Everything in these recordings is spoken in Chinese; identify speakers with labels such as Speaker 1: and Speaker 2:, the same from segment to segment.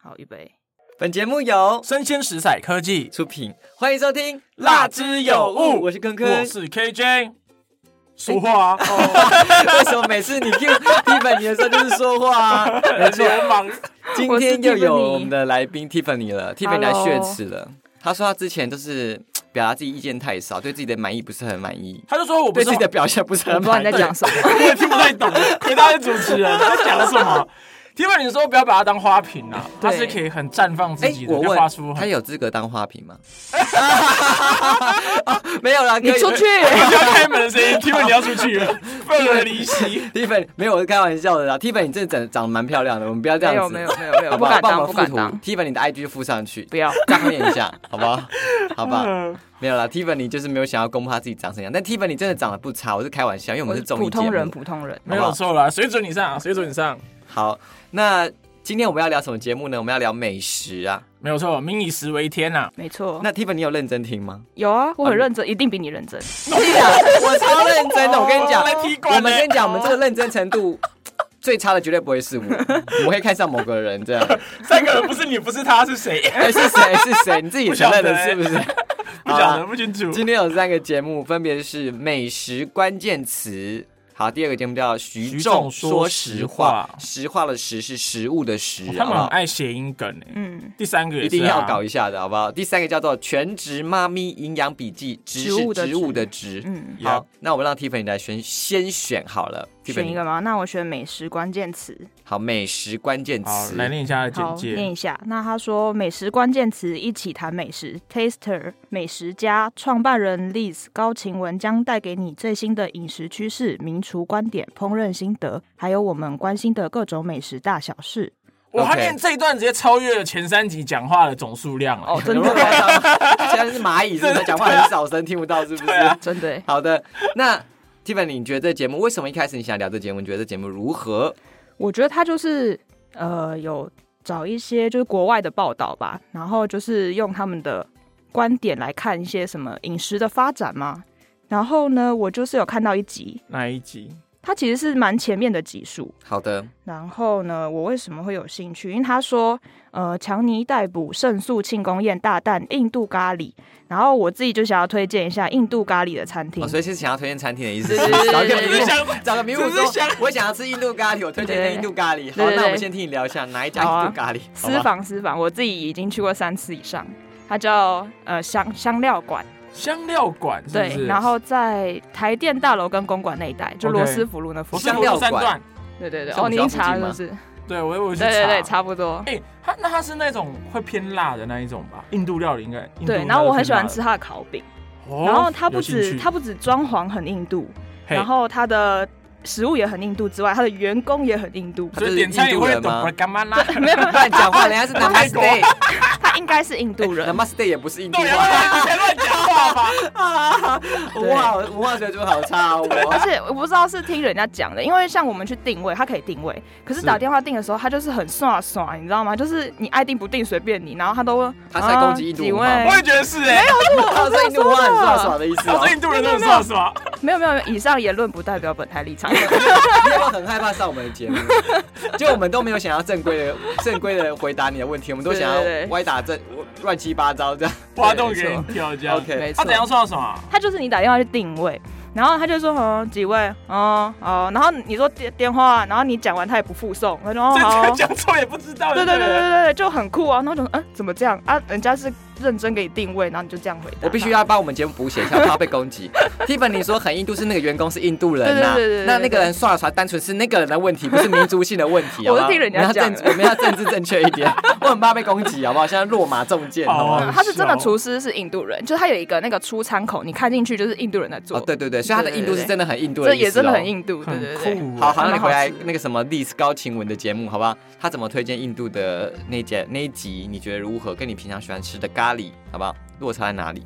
Speaker 1: 好，预备。
Speaker 2: 本节目由
Speaker 3: 生鲜食材科技，
Speaker 2: 出品，欢迎收听《
Speaker 3: 辣之有物
Speaker 2: 我是坑坑。
Speaker 3: 我是 KJ。说话啊，
Speaker 2: 为什么每次你 Q 蒂粉你的时候就是说话 啊？没错，
Speaker 3: 连忙
Speaker 2: 今
Speaker 1: 我是
Speaker 2: 天又有
Speaker 1: Tiffany
Speaker 2: 我们的来宾 Tiffany 了，Tiffany 来
Speaker 1: Hello
Speaker 2: 血耻了。他说他之前都是表达自己意见太少，对自己的满意不是很满意，
Speaker 3: 他就说我不
Speaker 2: 对
Speaker 3: 是
Speaker 2: 自己的表现不是
Speaker 1: 我
Speaker 2: 很
Speaker 1: 不知道
Speaker 2: 满
Speaker 1: 你
Speaker 2: 意。
Speaker 1: 在讲什么，
Speaker 3: 我也听不太懂，亏他是主持人，他讲了什么？听完你说不要把它当花瓶啊，
Speaker 1: 对
Speaker 3: 它是可以很绽放自
Speaker 2: 哎
Speaker 3: 己，的，
Speaker 2: 我
Speaker 3: 跟
Speaker 2: 问
Speaker 3: 花束
Speaker 2: 他
Speaker 3: 很。
Speaker 2: 有资格当花瓶吗？ 啊没有 啦，
Speaker 1: 你出 去。
Speaker 3: 不要开门的声音，听闻你要出 去了，不然有人离席。
Speaker 2: Tiffany 没有，我是开玩笑的啦。Tiffany 你真的长长得蛮漂亮的，我们不要这
Speaker 1: 没
Speaker 2: 样
Speaker 1: 有
Speaker 2: 子。
Speaker 1: 没有没有没有，
Speaker 2: 好
Speaker 1: 不
Speaker 2: 不好？
Speaker 1: 敢
Speaker 2: 帮
Speaker 1: 当
Speaker 2: 我
Speaker 1: 不
Speaker 2: 们
Speaker 1: 敢
Speaker 2: 附图
Speaker 1: 当，
Speaker 2: ，Tiffany 你的 IG 就附上去，
Speaker 1: 不要。
Speaker 2: 账 面一下，好不好？好吧，
Speaker 1: 嗯
Speaker 2: 没有啦。Tiffany 就是没有想要公布她自己长什么样，但 Tiffany 真的长得不差，我是开玩笑， 因为我们是综艺
Speaker 1: 普
Speaker 2: 节目
Speaker 1: 通人，普通人。
Speaker 3: 没有错啦，水准以上，水准以上，
Speaker 2: 好，那今天我们要聊什么节目呢？我们要聊美食啊。
Speaker 3: 没有错，民以食为天啊呐。
Speaker 1: 没错，
Speaker 2: 那 Tiffany 你有认真听 吗？
Speaker 1: 有啊，我很认真，一定比你认真。
Speaker 2: 对呀，我超认真的，我跟你讲，
Speaker 3: 哦来踢馆
Speaker 2: 我们
Speaker 3: 嘞
Speaker 2: 跟你讲，我们这个认真程度。最差的绝对不会是我，我会看上某个人这样。
Speaker 3: 三个人不是你，不是他，是 谁？
Speaker 2: 哎，是谁？是谁？你自己
Speaker 3: 不
Speaker 2: 承
Speaker 3: 晓得哎
Speaker 2: 认的是不是？
Speaker 3: 不晓得，不清楚。
Speaker 2: 今天有三个节目，分别是美食关键词。好，第二个节目叫徐
Speaker 3: 徐
Speaker 2: 仲
Speaker 3: 仲
Speaker 2: 说
Speaker 3: 说
Speaker 2: 实
Speaker 3: 实
Speaker 2: 话
Speaker 3: 话，哦
Speaker 2: 实话的实是食物的食，好
Speaker 3: 他
Speaker 2: 不
Speaker 3: 们很
Speaker 2: 好？
Speaker 3: 爱谐音梗诶、
Speaker 1: 嗯，
Speaker 3: 第三个也是、啊、
Speaker 2: 一定要搞一下的好不好？第三个叫做全职妈咪营养笔记，植
Speaker 1: 植物
Speaker 2: 是
Speaker 1: 的
Speaker 2: 植物
Speaker 1: 植
Speaker 2: 的植。
Speaker 1: 嗯
Speaker 3: 呀
Speaker 2: 好，那我们让 Tiffany 来选，先选好了。
Speaker 1: 选一
Speaker 2: Tiffany，
Speaker 1: 个吗？那我选美食关键词。
Speaker 2: 好，美食关键
Speaker 3: 好
Speaker 2: 词，，
Speaker 3: 来念一下简
Speaker 1: 好，念
Speaker 3: 介。
Speaker 1: 一下。那他说美食关键词一起谈美食，Taster 美食家创办人 Liz 高晴文将带给你最新的饮食趋势、名厨观点、烹饪心得，还有我们关心的各种美食大小事。
Speaker 3: 我他
Speaker 2: OK
Speaker 3: 念这一段直接超越了前三集讲话的总数量了、
Speaker 1: 哦，真
Speaker 2: 有没有
Speaker 1: 的，
Speaker 2: 夸 张现在是蚂蚁，是不是讲话很小声，听不到，是不是？
Speaker 3: 啊
Speaker 1: 真的。欸
Speaker 2: 好的，那 Tiffany，你觉得这节目为什么一开始你想聊这节目？你觉得这节目如何？
Speaker 1: 我觉得他就是呃有找一些就是国外的报道吧，然后就是用他们的观点来看一些什么饮食的发展嘛。然后呢，我就是有看到一集，
Speaker 3: 哪一集？
Speaker 1: 它其实是蛮前面的集数。
Speaker 2: 好的，
Speaker 1: 然后呢，我为什么会有兴趣？因为他说，呃，强尼逮捕胜诉庆功宴大蛋印度咖喱，然后我自己就想要推荐一下印度咖喱的餐厅。
Speaker 2: 哦、所以是想要推荐餐厅的意思，
Speaker 1: 对对对对
Speaker 2: 找一个
Speaker 1: 对
Speaker 2: 名
Speaker 1: 对
Speaker 2: 目
Speaker 1: 对
Speaker 2: 找个名目
Speaker 3: 只是
Speaker 2: 说，我想要吃印度咖喱，我
Speaker 1: 对
Speaker 2: 推
Speaker 1: 对
Speaker 2: 荐
Speaker 1: 对
Speaker 2: 印度咖喱。
Speaker 1: 对
Speaker 2: 好，
Speaker 1: 对
Speaker 2: 那我们
Speaker 1: 对
Speaker 2: 先听你聊一下哪一家
Speaker 1: 好啊
Speaker 2: 印度咖喱？好
Speaker 1: 私
Speaker 2: 吧，
Speaker 1: 房私房，我自己已经去过三次以上。它叫呃香香料馆，
Speaker 3: 香料馆是不
Speaker 1: 对，
Speaker 3: 是？
Speaker 1: 然后在台电大楼跟公馆那一带，就
Speaker 3: OK
Speaker 1: 罗斯福路那附
Speaker 3: 我
Speaker 1: 近
Speaker 3: 是。
Speaker 2: 香料
Speaker 3: 佛山
Speaker 2: 馆
Speaker 3: 段，
Speaker 1: 对对对，
Speaker 2: 像我
Speaker 1: 哦，
Speaker 2: 们
Speaker 1: 你一
Speaker 2: 学校附
Speaker 1: 查
Speaker 2: 近吗
Speaker 1: 就是，
Speaker 3: 对我我去
Speaker 1: 对对对，
Speaker 3: 查。
Speaker 1: 差不多。
Speaker 3: 哎、他那他是那种会偏辣的那一种吧？印度料理应该。印度料
Speaker 1: 对，
Speaker 3: 理
Speaker 1: 然后我很喜欢
Speaker 3: 偏
Speaker 1: 吃它的烤饼，
Speaker 3: 辣的。哦
Speaker 1: 然后它不
Speaker 3: 有兴
Speaker 1: 止
Speaker 3: 趣
Speaker 1: 它不止装潢很印度，
Speaker 3: 嘿
Speaker 1: 然后它的食物也很印度之外，它的员工也很印度。
Speaker 3: 所以点餐也会
Speaker 2: 印度人吗
Speaker 3: 懂干嘛啦？
Speaker 1: 没有，没有
Speaker 2: 乱讲话，人家是
Speaker 3: 泰国
Speaker 2: Namaste，
Speaker 1: 他应该是印度 人。
Speaker 2: Namaste 也不是印度
Speaker 3: 对
Speaker 2: 话。
Speaker 3: 啊，别乱讲话吧。
Speaker 2: 啊
Speaker 1: 对
Speaker 2: 文化文化水准好差哦，
Speaker 1: 而
Speaker 2: 我。
Speaker 1: 且我不知道是听人家讲的，因为像我们去定位，他可以定位，可是
Speaker 3: 是
Speaker 1: 打电话订的时候，他就是很刷刷，你知道吗？就是你爱定不定随便你，然后他都问
Speaker 2: 他是在攻击印度
Speaker 1: 几
Speaker 2: 文化
Speaker 1: 位
Speaker 2: 吗
Speaker 3: 我也觉得是哎、欸，
Speaker 2: 他说印度话很爽爽的意思哦
Speaker 3: 我。印度人都很少是吧？
Speaker 1: 没有没有，没有以上言论不代表本台立场。
Speaker 2: 你有没有很害怕上我们的节目？就我们都没有想要正规的、正规的回答你的问题，我们都想
Speaker 1: 对对
Speaker 2: 要
Speaker 1: 对
Speaker 2: 歪打正乱七八糟这样。
Speaker 3: 挖洞给
Speaker 2: 没
Speaker 3: 你
Speaker 2: 错
Speaker 3: 跳这样。
Speaker 2: OK，
Speaker 1: 没
Speaker 3: 他
Speaker 1: 错
Speaker 3: 怎，样算什么？
Speaker 1: 他就是你打电话去定位，然后他就说嗯几位哦哦，然后你说电电话，然后你讲完他也不附送，他说哦
Speaker 3: 这
Speaker 1: 好
Speaker 3: 这
Speaker 1: 哦。
Speaker 3: 讲错也不知道。
Speaker 1: 对对
Speaker 3: 不
Speaker 1: 对对对对，就很酷啊！然后就说，嗯，怎么这样啊？人家是认真给你定位，然后你就这样回答。
Speaker 2: 我必须要帮我们节目补写一下，怕被 攻击。Tiffany 说很印度是那个员工是印度人呐、
Speaker 1: 对对对对对
Speaker 2: 那那个人刷了刷，单纯是那个人的问题，不是民族性的问题。
Speaker 1: 我是
Speaker 2: 好不好
Speaker 1: 听人家讲的
Speaker 2: 我们要政我们要政治正确一 点，我很怕被攻击，好不好？现在落马中箭，好不好？
Speaker 3: 哦
Speaker 1: 他是真的
Speaker 3: 是哦
Speaker 1: 厨师是印度人，就是他有一个那个出餐口，你看进去就是印度人在做，
Speaker 2: 哦，对对对，所以他的印度是真的很印度
Speaker 1: 这
Speaker 2: 的意思、哦，
Speaker 1: 也真的很。啊印度，对对
Speaker 3: 很
Speaker 1: 对。
Speaker 3: 酷欸。
Speaker 2: 好好，那你
Speaker 1: 蛮好
Speaker 2: 回来
Speaker 1: 吃的
Speaker 2: 那个什么历史高晴文的节目，好不好？他怎么推荐印度的那一节那一集？你觉得如何？跟你平常喜欢吃的咖喱，好不好？落差在哪里？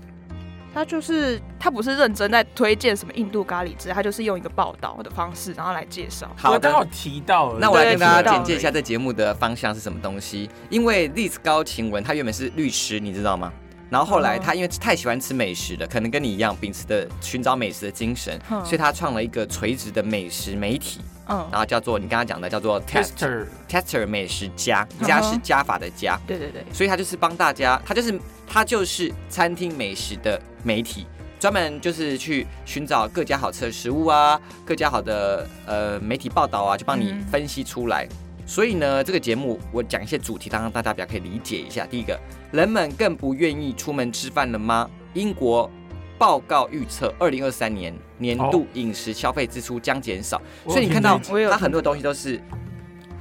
Speaker 1: 他就是他不是认真在推荐什么印度咖喱汁，他就是用一个报道的方式，然后来介绍。
Speaker 2: 好
Speaker 3: 我
Speaker 2: 的
Speaker 3: 刚。好提到了，
Speaker 2: 那我来
Speaker 1: 哦对
Speaker 2: 跟大
Speaker 1: 提
Speaker 2: 家
Speaker 1: 到
Speaker 2: 简介一下这节目的方向是什么东西。因为 Liz 高晴雯她原本是律师，你知道吗？然后后来
Speaker 1: 哦
Speaker 2: 她因为太喜欢吃美食了，可能跟你一样秉持的寻找美食的精神，
Speaker 1: 嗯
Speaker 2: 所以她创了一个垂直的美食媒体。
Speaker 1: 嗯
Speaker 2: 然，后叫做你刚刚讲的叫做 test
Speaker 3: tester
Speaker 2: tester 美食家，家
Speaker 1: 嗯哼
Speaker 2: 是加法的家，
Speaker 1: 对对对，
Speaker 2: 所以他就是帮大家，他就是他就是餐厅美食的媒体，专门就是去寻找各家好吃的食物啊，各家好的呃媒体报道啊，就帮你
Speaker 1: 嗯
Speaker 2: 分析出来。所以呢，这个节目我讲一些主题，当然大家比较可以理解一下。第一个，人们更不愿意出门吃饭了吗？英国报告预测，二零二三年年度饮食消费支出将减少，
Speaker 3: 我有
Speaker 2: 所以你
Speaker 3: 听
Speaker 2: 看到
Speaker 1: 这一集我有
Speaker 2: 它很多东西都是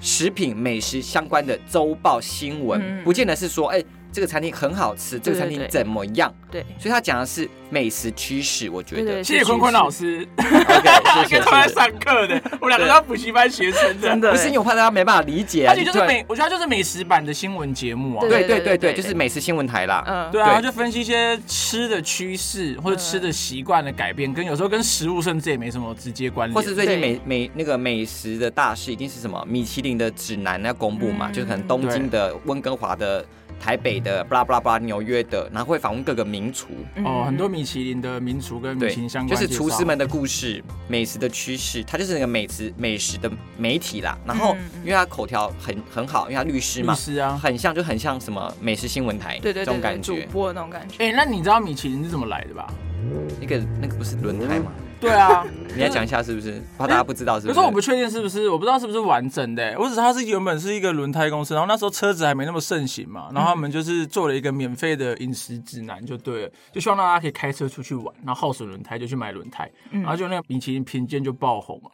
Speaker 2: 食品、美食相关的周报新闻，
Speaker 1: 嗯
Speaker 2: 不见得是说，哎、这个餐厅很好吃，这个餐厅
Speaker 1: 对对对
Speaker 2: 怎么样？
Speaker 1: 对
Speaker 2: 所以他讲的是美食趋势，我觉
Speaker 1: 对
Speaker 2: 得
Speaker 1: 对。
Speaker 3: 谢谢坤坤老师，
Speaker 2: OK，谢谢
Speaker 3: 跟他们
Speaker 2: 谢
Speaker 3: 在
Speaker 2: 谢。
Speaker 3: 上 课的，我们两个都是补习班学生的，
Speaker 1: 真的
Speaker 2: 不是因为我怕大家没办法理解啊，
Speaker 3: 而且
Speaker 2: 突
Speaker 3: 就是
Speaker 2: 然
Speaker 3: 美，我觉得它就是美食版的新闻节目啊。
Speaker 1: 对
Speaker 2: 对对对
Speaker 1: 对
Speaker 2: 对，
Speaker 1: 对
Speaker 2: 就是美食新闻台啦。
Speaker 1: 嗯，
Speaker 3: 对啊，
Speaker 2: 对
Speaker 3: 就分析一些吃的趋势或者吃的习惯的改
Speaker 1: 嗯
Speaker 3: 变，跟有时候跟食物甚至也没什么直接关联。
Speaker 2: 或是最
Speaker 1: 对
Speaker 2: 近美美那个美食的大事，一定是什么米其林的指南要公布嘛？
Speaker 1: 嗯
Speaker 2: 就是可能东京的、温哥华的、台北的、巴拉巴拉巴拉、纽约的，然后会访问各个名厨，
Speaker 1: 嗯
Speaker 3: 哦，很多米其林的名厨跟米
Speaker 2: 对
Speaker 3: 其林，相
Speaker 2: 就
Speaker 3: 关
Speaker 2: 是
Speaker 3: 介绍
Speaker 2: 厨师们的故事、美食的趋势，它就是那个美食美食的媒体啦。然后
Speaker 1: 嗯嗯
Speaker 2: 因为他口条很很好，因为他律师
Speaker 3: 律
Speaker 2: 嘛，
Speaker 3: 师啊。
Speaker 2: 很像就很像什么美食新闻台，
Speaker 1: 对对对
Speaker 2: 这种
Speaker 1: 对，
Speaker 2: 感
Speaker 1: 主
Speaker 2: 觉。
Speaker 1: 播的那种感觉。
Speaker 3: 哎、那你知道米其林是怎么来的吧？
Speaker 2: 那个那个不是轮胎吗？
Speaker 3: 对啊，
Speaker 2: 你来讲一下是不是？怕
Speaker 1: 嗯
Speaker 2: 大家不知道是不
Speaker 3: 可是
Speaker 2: 是？
Speaker 3: 我不确定是不是，我不知道是不是完整的、欸我只知道它是原本是一个轮胎公司，然后那时候车子还没那么盛行嘛，然后他们就是做了一个免费的饮食指南就对了，就希望大家可以开车出去玩，然后耗损轮胎就去买轮胎，然后就那个米其林评鉴就爆红嘛。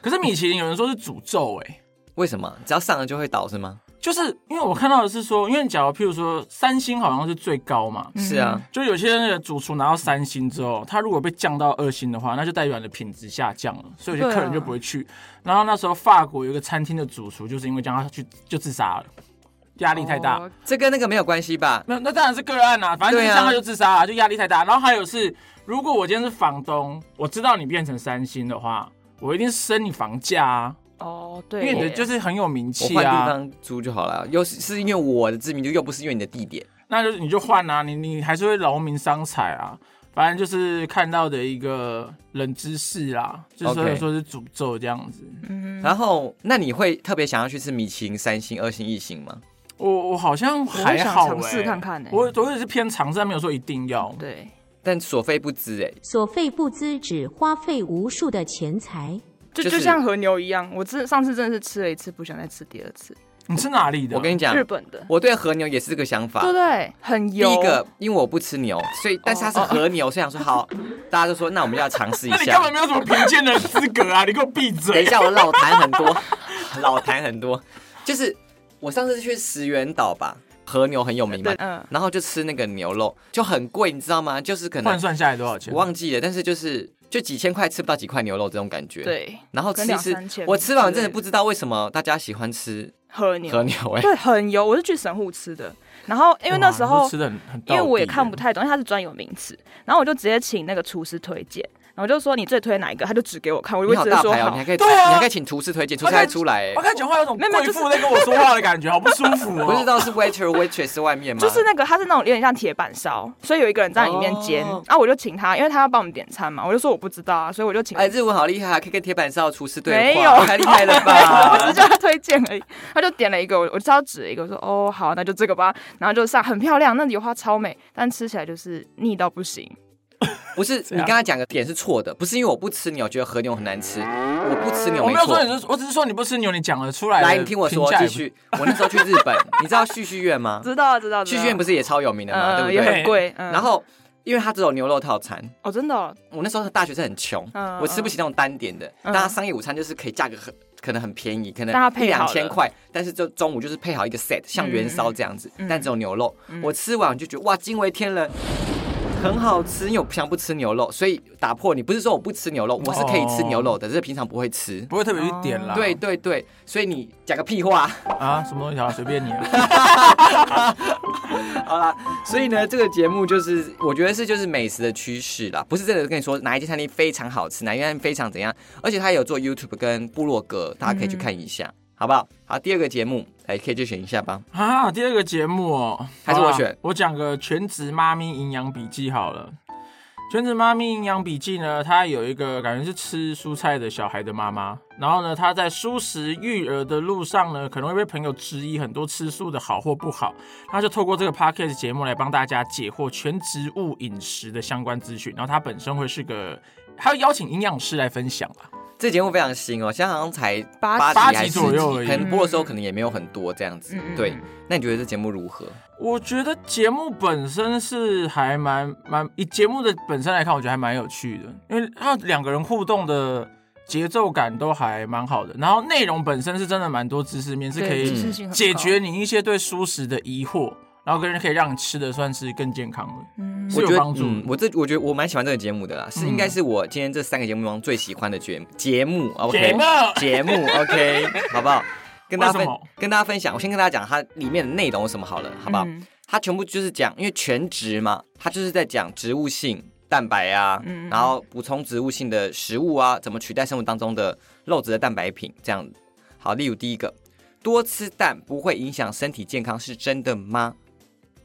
Speaker 3: 可是米其林有人说是诅咒哎、
Speaker 2: 为什么只要上了就会倒是吗？
Speaker 3: 就是因为我看到的是说，因为假如譬如说三星好像是最高嘛，
Speaker 1: 嗯
Speaker 2: 是啊，
Speaker 3: 就有些那个主厨拿到三星之后，他如果被降到二星的话，那就代表你的品质下降了，所以有些客人就不会去。然后那时候法国有一个餐厅的主厨就是因为这样，他去就自杀了，压力太大。
Speaker 1: 哦
Speaker 2: 这跟那个没有关系吧？
Speaker 3: 没有，那当然是个案啊，反正就是这样他就自杀了，就压力太大。然后还有是，如果我今天是房东，我知道你变成三星的话，我一定升你房价啊，
Speaker 1: 哦，
Speaker 3: 因
Speaker 1: 对耶，
Speaker 3: 为你的就是很有名
Speaker 2: 我
Speaker 3: 气
Speaker 2: 换地
Speaker 3: 啊，
Speaker 2: 方租就好了，又是是因为我的知名度，又不是因为你的地点。
Speaker 3: 那就你就换啊，你你还是会劳民伤财啊。反正就是看到的一个冷知识啦，就是说
Speaker 2: OK
Speaker 3: 说是诅咒这样子。
Speaker 1: 嗯，
Speaker 2: 然后，那你会特别想要去吃米其林三星、二星、一星吗？
Speaker 3: 我我好像
Speaker 1: 我
Speaker 3: 还
Speaker 1: 会想
Speaker 3: 好、欸，
Speaker 1: 尝试看看呢。
Speaker 3: 我我也是偏尝试，但没有说一定要。
Speaker 1: 对，
Speaker 2: 但所费不赀哎、
Speaker 4: 所费不资，只花费无数的钱财。
Speaker 1: 就
Speaker 2: 就是
Speaker 1: 就像和牛一样，我真上次真的是吃了一次，不想再吃第二次。
Speaker 3: 你是哪里的？
Speaker 2: 我跟你讲
Speaker 1: 日，本的，
Speaker 2: 我对和牛也是这个想法
Speaker 1: 对。不啊对？很
Speaker 2: 第
Speaker 1: 油。
Speaker 2: 一个，因为我不吃牛，所以但是它
Speaker 1: 哦
Speaker 2: 是和牛，所以想说好，大家就说那我们要 尝试一
Speaker 3: 那你根
Speaker 2: 下
Speaker 3: 本。没有什么评鉴的资格啊！你给我 闭
Speaker 2: 等一
Speaker 3: 嘴！
Speaker 2: 下我老谈很多， 老谈很多，就是我上次去石原岛吧，和牛很有名嘛
Speaker 1: 对，嗯
Speaker 2: 然后就吃那个牛肉就很贵，你知道吗？就是可
Speaker 3: 换
Speaker 2: 能
Speaker 3: 算下来多少钱
Speaker 2: 我？忘记了，但是就是就几千块吃不到几块牛肉这种感觉。。
Speaker 1: 对
Speaker 2: 然后吃
Speaker 1: 跟
Speaker 2: 一
Speaker 1: 两
Speaker 2: 吃
Speaker 1: 三千，
Speaker 2: 我吃完真
Speaker 1: 之类
Speaker 2: 的
Speaker 1: 的
Speaker 2: 不知道为什么大家喜欢吃
Speaker 1: 和牛，
Speaker 2: 和牛 哎、
Speaker 1: 对，啊很油。我是去神户吃的，然后因为那时
Speaker 3: 哇你
Speaker 1: 候
Speaker 3: 都吃的很很，
Speaker 1: 因为我也看不。太懂，因为它是专有名词，然后我就直接请那个厨师推荐，然后我就说你最推哪一个，他就指给我看，我
Speaker 2: 你
Speaker 1: 就
Speaker 2: 好
Speaker 1: 直接
Speaker 2: 大
Speaker 1: 说
Speaker 2: 牌哦，你
Speaker 1: 好
Speaker 2: 还。可以，
Speaker 3: 对啊
Speaker 2: 你还可以请厨师推荐，厨师还出来、
Speaker 3: 我
Speaker 2: 欸，
Speaker 3: 看讲话有种
Speaker 1: 没有没有
Speaker 3: 贵妇在跟我说话的感觉，好不舒服哦。
Speaker 2: 不是都是 waiter waitress 外面吗？
Speaker 1: 就是那个，它是那种有点像铁板烧，所以有一个人在里面煎，然
Speaker 2: 哦
Speaker 1: 后我就请他，因为他要帮我们点餐嘛，我就说我不知道啊，所以我就请
Speaker 2: 哎，日文好厉害啊，可以跟铁板烧厨师对话，
Speaker 1: 没有
Speaker 2: 太厉害 了
Speaker 1: 我
Speaker 2: 吧？
Speaker 1: 只是叫他推荐 而已，他就点了一个，我我知道指了一个，我说哦好，那就这个吧，然后就上很漂亮，那油花超美，但吃起来就是腻到不行。
Speaker 2: 不是，你刚才讲的点是错的，不是因为我不吃牛，觉得和牛很难吃， 我不吃牛
Speaker 3: 我没有说
Speaker 2: 错。
Speaker 3: 你是，我只是说你不吃牛，你讲了出来。
Speaker 2: 来，你听我说，继。续。我那时候去日 本，你知道旭旭苑吗？
Speaker 1: 知道知道，知
Speaker 2: 旭
Speaker 1: 道
Speaker 2: 旭苑不是也超有名的吗？对
Speaker 1: 呃
Speaker 2: 不
Speaker 1: 也
Speaker 2: 对？
Speaker 1: 很贵，嗯
Speaker 2: 然后，因为它只有牛肉套餐，
Speaker 1: 哦真的哦
Speaker 2: 我那时候大学生很穷，
Speaker 1: 嗯
Speaker 2: 我吃不起那种单点的，
Speaker 1: 嗯
Speaker 2: 但它商业午餐就是可以价格很可能很便宜，可
Speaker 1: 但它
Speaker 2: 能一
Speaker 1: 配好
Speaker 2: 两
Speaker 1: 了
Speaker 2: 千块，但是就中午就是配好一个 set，像元烧这样子，
Speaker 1: 嗯
Speaker 2: 但只有牛肉。我吃完就觉得哇，惊为天人。很好吃，因为我平常不吃牛肉，所以打破你不是说我不吃牛肉，我是可以吃牛
Speaker 1: 哦
Speaker 2: 肉的，只是平常不会吃。
Speaker 3: 不会特别去点啦。
Speaker 2: 对对对，所以你讲个屁话。
Speaker 3: 啊，什么东西啊，随便 你啊。
Speaker 2: 好啦，所以呢，这个节目就是我觉得是就是美食的趋势啦，不是真的跟你说哪一间餐厅非常好吃，哪一间餐厅非常怎样，而且他有做 YouTube 跟部落格，大家可以去看一下，好不好？嗯好，第二个节目，哎，可以去选一下吧。
Speaker 3: 啊，第二个节目哦，
Speaker 2: 还是我
Speaker 3: 好啦
Speaker 2: 选
Speaker 3: 我讲个全职妈咪营养笔记好了。全职妈咪营养笔记呢，它有一个感觉是吃蔬菜的小孩的妈妈，然后呢，她在蔬食育儿的路上呢，可能会被朋友质疑很多吃素的好或不好，那就透过这个 podcast 节目来帮大家解惑全植物饮食的相关资讯，然后她本身会是个，还有邀请营养师来分享啦。
Speaker 2: 这节目非常新哦，现在好像才
Speaker 1: 八
Speaker 2: 八
Speaker 3: 八
Speaker 2: 集还
Speaker 3: 集
Speaker 2: 是
Speaker 3: 左
Speaker 2: 几
Speaker 3: 右而已
Speaker 2: 可能播的时候可能也没有很多这样子
Speaker 1: 嗯嗯。
Speaker 2: 对
Speaker 1: 嗯，
Speaker 2: 那你觉得这节目如何？
Speaker 3: 我觉得节目本身是还蛮蛮，以节目的本身来看，我觉得还蛮有趣的，因为它两个人互动的节奏感都还蛮好的，然后内容本身是真的蛮多知识面，是
Speaker 2: 嗯
Speaker 3: 可
Speaker 1: 对
Speaker 3: 以
Speaker 1: 知识性很高
Speaker 3: 解决你一些对素食的疑惑，然后跟可以让你吃的算是更健 康的。
Speaker 1: 嗯
Speaker 3: 是
Speaker 2: 我
Speaker 3: 有
Speaker 2: 觉得
Speaker 3: 帮，助
Speaker 2: 嗯，我这我觉得我蛮喜欢这个节目的啦，是
Speaker 3: 嗯
Speaker 2: 应该是我今天这三个节目中最喜欢的节节目。
Speaker 3: 节
Speaker 2: OK，
Speaker 3: 目
Speaker 2: 节目 OK，好不好？跟大家
Speaker 3: 为
Speaker 2: 分
Speaker 3: 什么
Speaker 2: 跟大家分享，我先跟大家讲它里面的内容是什么好了，好不好？
Speaker 1: 嗯
Speaker 2: 它全部就是讲，因为全植嘛，它就是在讲植物性蛋白啊，
Speaker 1: 嗯
Speaker 2: 然后补充植物性的食物啊，怎么取代生活当中的肉质的蛋白品这样。好，例如第一个，多吃蛋不会影响身体健康是真的吗？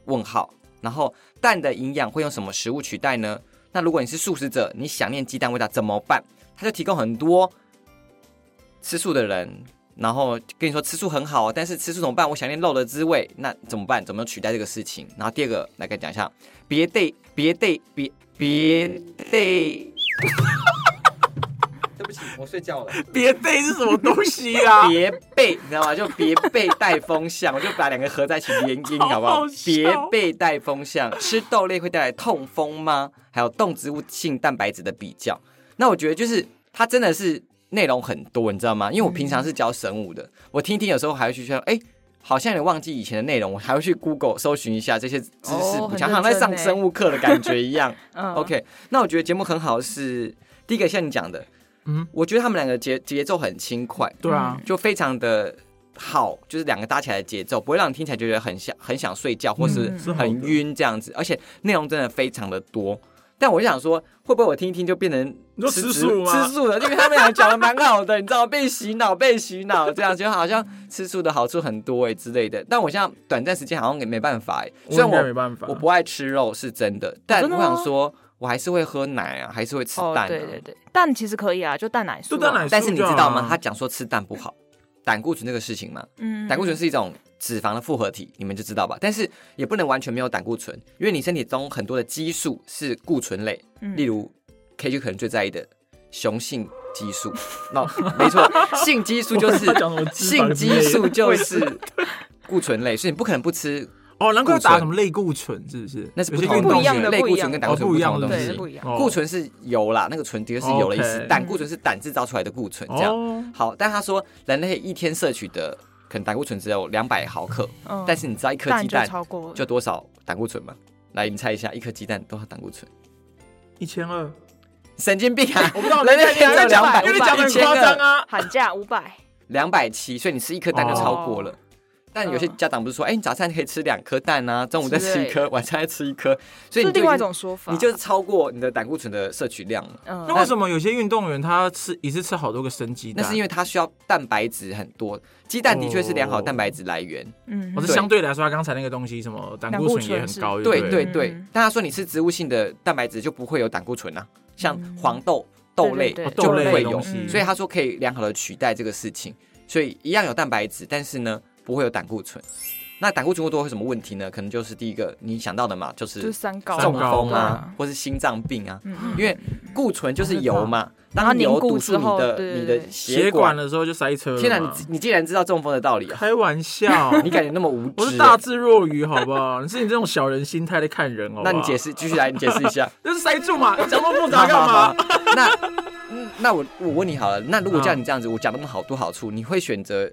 Speaker 2: 问号。然后蛋的营养会用什么食物取代呢？那如果你是素食者，你想念鸡蛋味道怎么办？它就提供很多吃素的人，然后跟你说吃素很好，但是吃素怎么办？我想念肉的滋味，那怎么办？怎么取代这个事情？然后第二个来跟你讲一下，别对别对别别对，对不起，我睡觉了。
Speaker 3: 别对是什么东西 啊？
Speaker 2: 别被，你知道吗？就别被带风向，我 就把两个合在一起连音，好不
Speaker 3: 好
Speaker 2: 好
Speaker 3: 好？笑
Speaker 2: 别被带风向，吃豆类会带来痛风吗？还有动植物性蛋白质的比较，那我觉得就是它真的是内容很多，你知道吗？因为我平常是教神武的，我听一听有时候还会去说，哎、好像有点忘记以前的内容，我还会去 Google 搜寻一下这些知识
Speaker 1: 哦
Speaker 2: 补
Speaker 1: 很
Speaker 2: 强，好像在
Speaker 1: 认真
Speaker 2: 上
Speaker 1: 欸
Speaker 2: 生物课的感觉一样。
Speaker 1: 嗯
Speaker 2: OK，那我觉得节目很好是第一个像你讲的，
Speaker 3: 嗯
Speaker 2: 嗯，我觉得他们两个节节奏很轻快，
Speaker 3: 对啊，
Speaker 2: 就非常的好，就是两个搭起来的节奏，不会让你听起来觉得很想很想睡觉或是
Speaker 1: 嗯
Speaker 3: 是好的
Speaker 2: 很晕这样子，而且内容真的非常的多。但我就想说，会不会我听一听就变成
Speaker 3: 你说吃素吗
Speaker 2: 吃素的，因为他们俩讲的蛮好的，你 知道被洗脑，被洗脑，这样就好像吃素的好处很多哎、之类的。但我现在短暂时间好像也没办法哎、虽然
Speaker 3: 应该
Speaker 2: 我
Speaker 3: 没办法，
Speaker 2: 我不爱吃肉是真的，但
Speaker 1: 哦真的
Speaker 2: 我
Speaker 1: 吗
Speaker 2: 想说，我还是会喝奶啊，还是会吃
Speaker 1: 哦
Speaker 2: 蛋、啊，
Speaker 1: 对对对，蛋其实可以啊，就蛋奶素、
Speaker 3: 就
Speaker 1: 啊，
Speaker 3: 蛋奶素就好啊，
Speaker 2: 但是你知道吗？他讲说吃蛋不好，胆固醇这个事情嘛，
Speaker 1: 嗯
Speaker 2: 胆固醇是一种脂肪的复合体，你们就知道吧。但是也不能完全没有胆固醇，因为你身体中很多的激素是固醇类，
Speaker 1: 嗯
Speaker 2: 例如 K 就可能最在意的雄性激素。 那没错，性激素就是
Speaker 3: 我在讲什么脂
Speaker 2: 性
Speaker 3: 肪之类的
Speaker 2: 激素就是固醇类，所以你不可能不吃，
Speaker 3: 哦，难怪
Speaker 2: 固醇
Speaker 3: 打什么类固醇是不是？
Speaker 2: 那是不
Speaker 3: 有些
Speaker 2: 同
Speaker 3: 运动
Speaker 1: 不一样
Speaker 3: 员
Speaker 1: 的
Speaker 2: 类固
Speaker 1: 不一样
Speaker 2: 醇跟胆
Speaker 3: 哦
Speaker 2: 固醇
Speaker 3: 不一样
Speaker 2: 同
Speaker 3: 的
Speaker 2: 的东
Speaker 1: 对
Speaker 2: 西。
Speaker 1: 不一样
Speaker 3: 哦
Speaker 2: 固醇是油啦，那个醇的确是油的意思
Speaker 3: OK
Speaker 2: 胆固醇是胆制造出来的固醇，这样。
Speaker 3: 哦
Speaker 2: 好，但他说人类一天摄取的可能胆固醇只有两百毫克，
Speaker 1: 嗯
Speaker 2: 但是你知道一颗
Speaker 1: 蛋
Speaker 2: 鸡
Speaker 1: 就
Speaker 2: 蛋
Speaker 1: 超过了
Speaker 2: 就多少胆固醇吗？来，你猜一下，一颗鸡蛋多少胆固醇？
Speaker 3: 一千二，
Speaker 2: 神经病啊！
Speaker 3: 我不知道
Speaker 2: 人类一天只有两百，
Speaker 3: 因为你讲的很夸张啊。
Speaker 1: 喊价五百，
Speaker 2: 两百七，所以你吃一颗蛋就超过了。
Speaker 1: 哦
Speaker 2: 但有些家长不是说，哎、你早餐可以吃两颗蛋啊，中午再吃一
Speaker 1: 之类
Speaker 2: 颗，晚上再吃一颗，所
Speaker 1: 是
Speaker 2: 以你就
Speaker 1: 另外一
Speaker 2: 已经
Speaker 1: 种说法，
Speaker 2: 你就是超过你的胆固醇的摄取量了。
Speaker 1: 嗯
Speaker 3: 那为什么有些运动员他吃一次吃好多个生鸡
Speaker 1: 啊
Speaker 2: 哎那
Speaker 3: 蛋？
Speaker 2: 是因为它需要蛋白质很多，鸡蛋的确是良好
Speaker 3: 哦
Speaker 2: 蛋白质来源。
Speaker 1: 嗯
Speaker 3: 我是
Speaker 2: 对
Speaker 3: 哦相对来说，他刚才那个东西什么胆固醇也很高，
Speaker 2: 对
Speaker 3: 不
Speaker 2: 对
Speaker 1: 嗯
Speaker 2: 对
Speaker 1: 嗯，
Speaker 2: 但他说你吃植物性的蛋白质就不会有胆固醇啊，像
Speaker 1: 嗯
Speaker 2: 黄豆、豆类
Speaker 1: 对
Speaker 3: 哦
Speaker 1: 对
Speaker 2: 就
Speaker 3: 豆
Speaker 2: 不
Speaker 3: 类
Speaker 2: 会
Speaker 3: 的
Speaker 2: 有
Speaker 3: 东，西，
Speaker 1: 嗯
Speaker 2: 所以他说可以良好的取代这个事情，所以一样有蛋白质，但是呢不会有胆固醇。那胆固醇过多会有什么问题呢？可能就是第一个你想到的嘛，就
Speaker 1: 就是
Speaker 2: 是
Speaker 1: 三高
Speaker 2: 中
Speaker 3: 三高
Speaker 2: 风啊，或是心脏病啊，
Speaker 1: 嗯嗯
Speaker 2: 因为固醇就是油嘛，
Speaker 1: 然后
Speaker 2: 当油
Speaker 1: 凝固
Speaker 2: 堵
Speaker 1: 之
Speaker 2: 住你
Speaker 1: 后
Speaker 2: 的
Speaker 1: 对对
Speaker 2: 你的
Speaker 1: 对
Speaker 2: 血
Speaker 3: 血管
Speaker 2: 管了。
Speaker 3: 的时候就塞车了嘛。
Speaker 2: 天哪，你你竟然知道中风的道理啊！
Speaker 3: 开玩笑，
Speaker 2: 你感觉那么无
Speaker 3: 我是
Speaker 2: 知欸、
Speaker 3: 大智若愚，好不好？你是你这种小人心态在看人，哦。
Speaker 2: 那你解释，继续来，你解释一 下。
Speaker 3: 就是塞住嘛，讲那么复杂干嘛？
Speaker 2: 那嗯 那我我问你好了，那如果叫你这样子，我讲那么好多好处，你会选择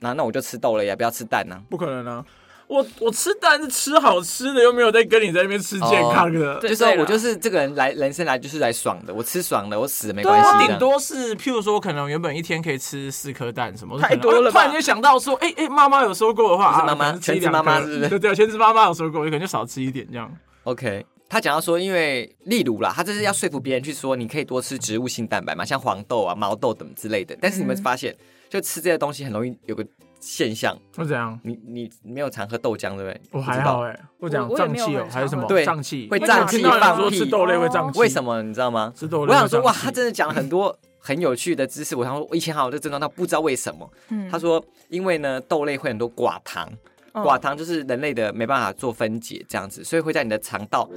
Speaker 2: 那那我就吃豆了呀，不要吃蛋呢、
Speaker 3: 不可能啊！我我吃蛋是吃好吃的，又没有在跟你在那边吃健康的。
Speaker 1: 对
Speaker 2: 就说
Speaker 1: 对啦
Speaker 2: 我就是这个人来人生来就是来爽的，我吃爽了，我死没
Speaker 3: 对
Speaker 2: 关
Speaker 3: 啊，
Speaker 2: 系
Speaker 3: 顶
Speaker 2: 的。
Speaker 3: 多是，譬如说，可能原本一天可以吃四颗蛋什么，啊
Speaker 1: 太多了吧
Speaker 3: 突然间想到说，哎、哎，妈、妈有说过的话，
Speaker 2: 不是
Speaker 3: 啊
Speaker 2: 妈妈
Speaker 3: 可能吃一
Speaker 2: 全职
Speaker 3: 两颗
Speaker 2: 妈妈是不是
Speaker 3: 对对，全职妈妈有说过，我可能就少吃一点这样。
Speaker 2: OK，他讲到说，因为例如啦，他这是要说服别人去说，你可以多吃植物性蛋白嘛，像黄豆啊、毛豆等之类的。但是你们发现，就吃这些东西很容易有个现象，
Speaker 3: 那怎样？
Speaker 2: 你你你没有常喝豆浆对不对？
Speaker 3: 我
Speaker 2: 不知
Speaker 3: 还
Speaker 2: 道
Speaker 3: 好哎，我讲
Speaker 1: 我也
Speaker 3: 胀
Speaker 1: 没有
Speaker 3: 气哦
Speaker 1: 很，
Speaker 3: 还有什么
Speaker 1: 常
Speaker 2: 对
Speaker 3: 胀气？
Speaker 2: 会
Speaker 3: 我
Speaker 1: 胀
Speaker 3: 听
Speaker 1: 气
Speaker 3: 到有人
Speaker 1: 放哦
Speaker 3: 说
Speaker 2: 屁
Speaker 3: 吃豆类会胀气，
Speaker 2: 为什么你知道吗？
Speaker 3: 吃豆
Speaker 2: 我
Speaker 3: 类会
Speaker 2: 想
Speaker 3: 胀气？
Speaker 2: 说哇，他真的讲了很多很有趣的知识。我想说，我以前好像有这症状，但不知道为什么。
Speaker 1: 嗯
Speaker 2: 他说，因为呢豆类会很多寡糖，
Speaker 3: 哦
Speaker 1: 嗯
Speaker 2: 寡糖就是人类的没办法做分解这样子，所以会在你的肠道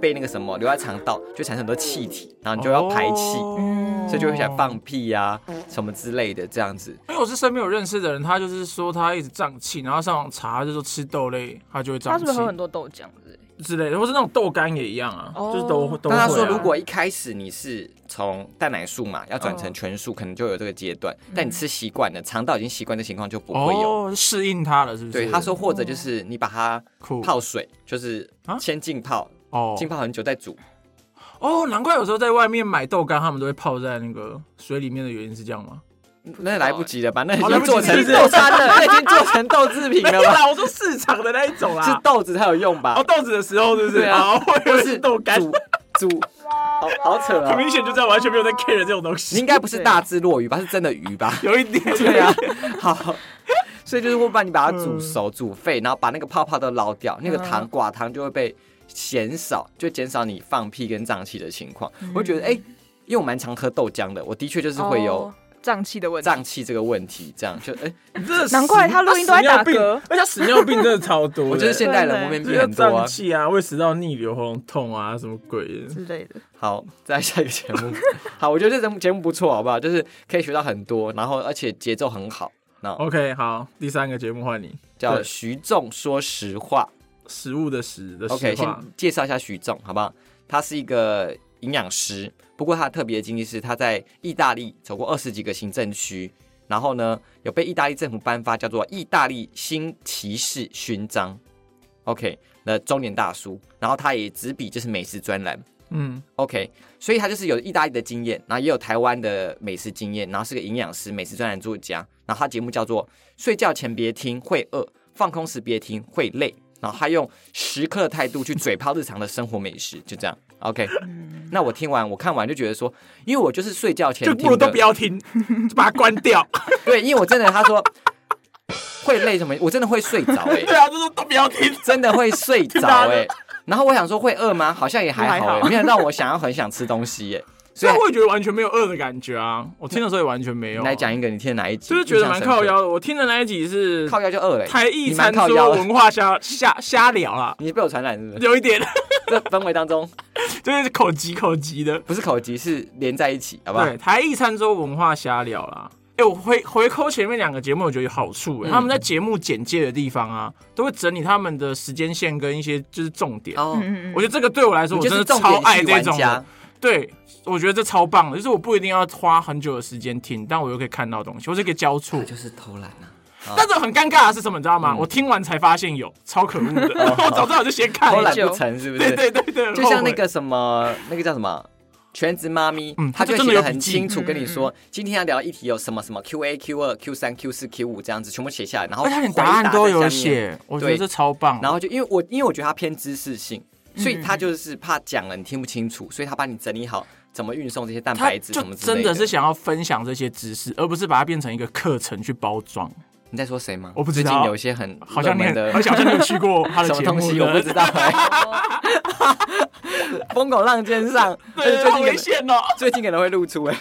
Speaker 2: 被那个什么留在肠道，就产生很多气体，然后你就要排气。
Speaker 3: 哦
Speaker 1: 嗯
Speaker 2: 所以就会想放屁呀、什么之类的，这样子。
Speaker 3: 因为我是身边有认识的人，他就是说他一直胀气，然后上网查就说吃豆类他就会胀
Speaker 1: 他是
Speaker 3: 气
Speaker 1: 不是喝很多豆浆之类的？
Speaker 3: 之类的，或是那种豆干也一样啊，
Speaker 1: 哦
Speaker 3: 就是都都会、
Speaker 2: 但
Speaker 3: 啊。
Speaker 2: 他说，如果一开始你是从蛋奶素嘛，要转成全素，可能就有这个阶段。但你吃习惯了，肠道已经习惯的情况就不会有。
Speaker 3: 嗯哦嗯适应它了，是不是？
Speaker 2: 对，他说或者就是你把它
Speaker 3: 酷
Speaker 2: 泡水，就是
Speaker 3: 啊
Speaker 2: 先浸泡，
Speaker 3: 哦
Speaker 2: 浸泡很久再煮。
Speaker 3: 哦，难怪有时候在外面买豆干，他们都会泡在那个水里面的原因是这样吗？
Speaker 2: 那来不及了吧？那已
Speaker 3: 哦来
Speaker 2: 经做
Speaker 3: 不及
Speaker 2: 成
Speaker 3: 是不是
Speaker 2: 豆干了，那已经做成豆制品
Speaker 3: 没
Speaker 2: 了
Speaker 3: 有
Speaker 2: 吧？
Speaker 3: 啦，我说市场的那一种
Speaker 2: 啊是
Speaker 3: 啦。
Speaker 2: 豆子才有用吧
Speaker 3: 熬？豆子的时候，是不是？
Speaker 2: 对啊
Speaker 3: 哦我以为
Speaker 2: 是
Speaker 3: 是豆干，
Speaker 2: 煮煮，好好扯
Speaker 3: 很
Speaker 2: 啊！
Speaker 3: 明显就在完全没有在 care 这种东
Speaker 2: 你
Speaker 3: 西
Speaker 2: 应。该不是大智若愚吧？是真的愚吧？
Speaker 3: 有一点， 嗯
Speaker 2: 对啊，好。所以就是会把你把它煮熟、煮沸，然后把那个泡泡都捞掉，那个
Speaker 1: 嗯
Speaker 2: 糖寡糖就会被减少，就减少你放屁跟胀气的情况。
Speaker 1: 嗯
Speaker 2: 我就觉得，哎、因为我蛮常喝豆浆的，我的确就是会有
Speaker 1: 哦胀气的问题。
Speaker 2: 胀气这个问题，这样就哎、
Speaker 3: 你真的
Speaker 1: 难怪他录音都在打嗝
Speaker 3: 屎尿病而且他屎尿病真的超多的。
Speaker 2: 我就是现代人，
Speaker 1: 对
Speaker 2: 我面
Speaker 3: 这
Speaker 2: 病
Speaker 3: 个
Speaker 2: 很多、
Speaker 3: 胀
Speaker 2: 啊。
Speaker 3: 气啊，胃食道逆流、喉咙痛啊，什么鬼的？
Speaker 1: 之类的，
Speaker 2: 好，再下一个节 目。好，我觉得这节目节目不错，好不好？就是可以学到很多，然后而且节奏很好。那
Speaker 3: OK，好，第三个节目换你，
Speaker 2: 叫
Speaker 3: 对
Speaker 2: 徐仲说实话。
Speaker 3: 食物的食的
Speaker 2: OK，
Speaker 3: 实
Speaker 2: 先
Speaker 3: 话。
Speaker 2: 介绍一下徐总，好不好？他是一个营养师，不过他的特别的经历是他在意大利走过二十几个行政区，然后呢有被意大利政府颁发叫做意大利新骑士勋章。OK，那中年大叔，然后他也执笔就是美食专栏。
Speaker 3: 嗯，
Speaker 2: OK，所以他就是有意大利的经验，然后也有台湾的美食经验，然后是个营养师、美食专栏作家。然后他节目叫做《睡觉前别听会饿，放空时别听会累》。然后他用食客的态度去嘴炮日常的生活美食，就这样。OK，那我听完我看完就觉得说，因为我就是睡觉前
Speaker 3: 就不
Speaker 2: 听
Speaker 3: 如都
Speaker 2: 的
Speaker 3: 不，要听，就把它关掉。
Speaker 2: 对，因为我真的他说会累什么，我真的会睡着哎、 欸
Speaker 3: 对啊，就是都不要听。
Speaker 2: 真的会睡着哎、欸然后我想说会饿吗？好像也还好
Speaker 1: 还
Speaker 2: 哎、
Speaker 1: 好
Speaker 2: 没有让我想要很想吃东西耶、所
Speaker 3: 所
Speaker 2: 以
Speaker 3: 以我也觉得完全没有饿的感觉啊，我听的时候也完全没有。啊
Speaker 2: 你来讲，一个，你听的哪一集？
Speaker 3: 就是觉得蛮靠
Speaker 2: 印象深
Speaker 3: 腰的。我听的那一集是
Speaker 2: 刻，靠腰就饿了、欸。
Speaker 3: 台艺
Speaker 2: 你蛮
Speaker 3: 餐
Speaker 2: 靠腰
Speaker 3: 桌
Speaker 2: 的
Speaker 3: 文化瞎瞎瞎聊啦，
Speaker 2: 你被我传染是不是？
Speaker 3: 有一点
Speaker 2: 这氛围当中
Speaker 3: 就是口急口急的。
Speaker 2: 不是口急，是连在一起，好不好？
Speaker 3: 对，台艺餐桌文化瞎聊啦。哎、我回回扣前面两个节目，我觉得有好处、欸。
Speaker 2: 嗯
Speaker 3: 他们在节目简介的地方啊，都会整理他们的时间线跟一些就是重点。
Speaker 2: 哦，
Speaker 1: 嗯嗯
Speaker 3: 我觉得这个对我来说，
Speaker 2: 你
Speaker 3: 我
Speaker 2: 就
Speaker 3: 真
Speaker 2: 是
Speaker 3: 的
Speaker 2: 重
Speaker 3: 超
Speaker 2: 点
Speaker 3: 爱
Speaker 2: 系
Speaker 3: 这
Speaker 2: 玩
Speaker 3: 种的
Speaker 2: 家。。
Speaker 3: 对，我觉得这超棒的，就是我不一定要花很久的时间听，但我又可以看到东西，我是可以交错。
Speaker 2: 是偷懒啊，
Speaker 3: 但是很尴尬的是什么，你知道
Speaker 2: 嗯
Speaker 3: 吗？我听完才发现有，超可 恶的。哦我早知道我就先看
Speaker 2: 偷
Speaker 3: 了
Speaker 2: 懒。不成是不是？
Speaker 3: 对对对对，
Speaker 2: 就像那
Speaker 3: 后
Speaker 2: 个什么，那个叫什么？全职妈咪，
Speaker 3: 嗯
Speaker 2: 她就会
Speaker 3: 她真
Speaker 2: 写
Speaker 3: 的有
Speaker 2: 的很
Speaker 3: 笔记
Speaker 2: 清楚，跟你
Speaker 1: 嗯
Speaker 2: 说今天要聊的议题有什么什么 Q A、Q 二、Q 三、Q 四、Q 五这样子，全部写下来，然后
Speaker 3: 悔，而且他哎连答案都有
Speaker 2: 回答在下面
Speaker 3: 写，我觉得
Speaker 2: 对
Speaker 3: 这超棒。
Speaker 2: 然后就因为我因为我觉得他偏知识性，
Speaker 3: 嗯
Speaker 2: 所以他就是怕讲了你听不清楚，所以他把你整理好怎么运送这些蛋
Speaker 3: 他
Speaker 2: 白质
Speaker 3: 就
Speaker 2: 什么之类
Speaker 3: 真的是想要分享这些知识，而不是把它变成一个课程去包装。
Speaker 2: 你在说谁吗？
Speaker 3: 我不知道
Speaker 2: 最近有一些很
Speaker 3: 好像你
Speaker 2: 热门
Speaker 3: 很，
Speaker 2: 的
Speaker 3: 而且好像你有去过他的
Speaker 2: 什么
Speaker 3: 节
Speaker 2: 东
Speaker 3: 目
Speaker 2: 西，我不知道、 风口浪尖上，而且
Speaker 3: 对，
Speaker 2: 最
Speaker 3: 好
Speaker 2: 近可
Speaker 3: 危
Speaker 2: 能
Speaker 3: 险哦。
Speaker 2: 最近可能会露出哎、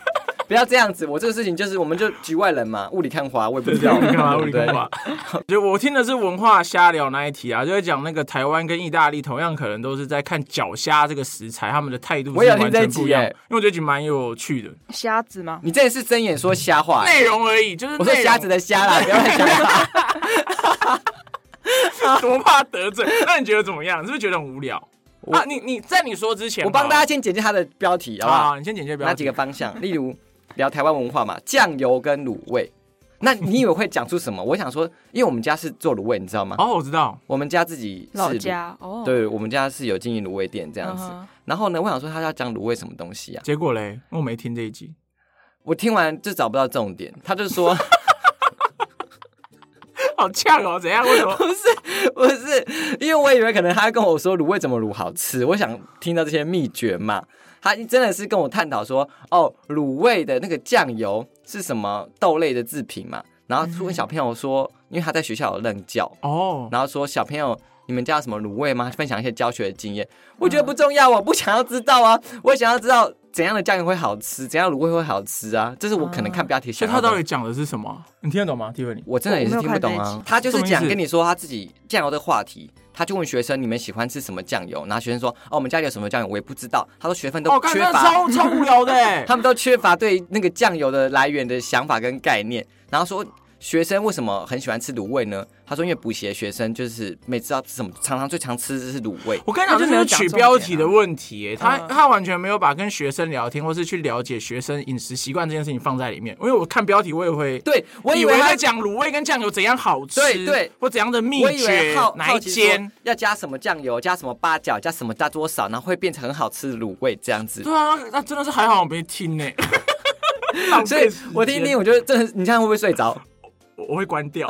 Speaker 2: 不要这样子，我这个事情就是我们就局外人嘛，雾里看花，我也不知
Speaker 3: 对，
Speaker 2: 道
Speaker 3: 物理干嘛？物
Speaker 2: 对
Speaker 3: 理
Speaker 2: 不对
Speaker 3: 干嘛？啊 就我听的是文化瞎聊那一题啊，就在讲那个台湾跟意大利同样可能都是在看脚虾这个食材，他们的态度是
Speaker 2: 我也有听
Speaker 3: 完
Speaker 2: 这一
Speaker 3: 全
Speaker 2: 集
Speaker 3: 不一样。
Speaker 2: 耶
Speaker 3: 因为我觉得蛮有趣的
Speaker 1: 瞎子吗？
Speaker 2: 你这也是睁眼说瞎话、 哎
Speaker 3: 内容而已，就是
Speaker 2: 我说
Speaker 3: 内容
Speaker 2: 瞎子的瞎啦，不要乱 讲。
Speaker 3: 多怕得罪。那你觉得怎么样？你是不是觉得很无聊啊？你你在你说之前，
Speaker 2: 我帮大
Speaker 3: 家
Speaker 2: 家先简介它的标题，好不好？
Speaker 3: 啊，你先简介标
Speaker 2: 那
Speaker 3: 题
Speaker 2: 几个方向，例如聊台湾文化嘛，酱油跟卤味。那你以为会讲出什么？我想说，因为我们家是做卤味，你知道吗？
Speaker 3: 哦，我知道，
Speaker 2: 我们家自己是
Speaker 1: 老，家哦，
Speaker 2: 对我们家是有经营卤味店
Speaker 1: 嗯
Speaker 2: 这样子。
Speaker 1: 哼，
Speaker 2: 然后呢，我想说他要讲卤味什么东西啊？
Speaker 3: 结果嘞，因为我没听这一集。
Speaker 2: 我听完就找不到重点，他就说
Speaker 3: 好呛哦，怎样？为 什么？
Speaker 2: 不是，因为我以为可能他跟我说卤味怎么卤好吃，我想听到这些秘诀嘛。他真的是跟我探讨说，哦，卤味的那个酱油是什么豆类的制品嘛？然后问小朋友说，因为他在学校有任教，
Speaker 3: 哦，
Speaker 2: 然后说小朋友，你们家有什么卤味吗？分享一些教学的经验。我觉得不重要，我不想要知道啊，我想要知道怎样的家庭会好吃，怎样的卤味会好吃啊，这是我可能看标题
Speaker 3: 所
Speaker 2: 想
Speaker 3: 以
Speaker 2: 要
Speaker 3: 他
Speaker 2: 的。
Speaker 3: 到底讲的是什么？你听得懂吗，Tiffany？
Speaker 2: 我真的也是听不懂
Speaker 1: 我没有看这一
Speaker 2: 啊
Speaker 1: 集，
Speaker 2: 他就是
Speaker 3: 什么意
Speaker 2: 讲
Speaker 3: 思
Speaker 2: 跟你说他自己酱油的话题，他就问学生你们喜欢吃什么酱油，然后学生说哦我们家里有什么酱油我也不知道，他说学分都
Speaker 3: 哦，感
Speaker 2: 缺
Speaker 3: 觉
Speaker 2: 乏，
Speaker 3: 超超无聊的欸，
Speaker 2: 他们都缺乏对那个酱油的来源的想法跟概念，然后说学生为什么很喜欢吃卤味呢？他说因为补习的学生就是每次要吃什么，常常最常吃的是卤味。
Speaker 3: 我跟你讲，
Speaker 2: 他
Speaker 3: 这
Speaker 2: 就没有
Speaker 3: 是
Speaker 2: 讲
Speaker 3: 取
Speaker 2: 重
Speaker 3: 标
Speaker 2: 点
Speaker 3: 题
Speaker 2: 啊嗯
Speaker 3: 的问题耶、他他完全没有把跟学生聊天或是去了解学生饮食习惯这件事情放在里面。因为我看标题，我也会，
Speaker 2: 对，我
Speaker 3: 以
Speaker 2: 以为他
Speaker 3: 在讲卤味跟酱油怎样好吃，
Speaker 2: 对对，
Speaker 3: 或怎样的秘
Speaker 2: 我以为
Speaker 3: 诀
Speaker 2: 好，
Speaker 3: 哪一
Speaker 2: 好奇说
Speaker 3: 间？
Speaker 2: 要加什么酱油，加什么八角，加什么加多少，然后会变成很好吃的卤味这样子。
Speaker 3: 对啊，那真的是还好我没听呢、 浪
Speaker 2: 所以
Speaker 3: 费时间
Speaker 2: 我听一听，我觉得真的，你这样会不会睡着？
Speaker 3: 我我会关掉。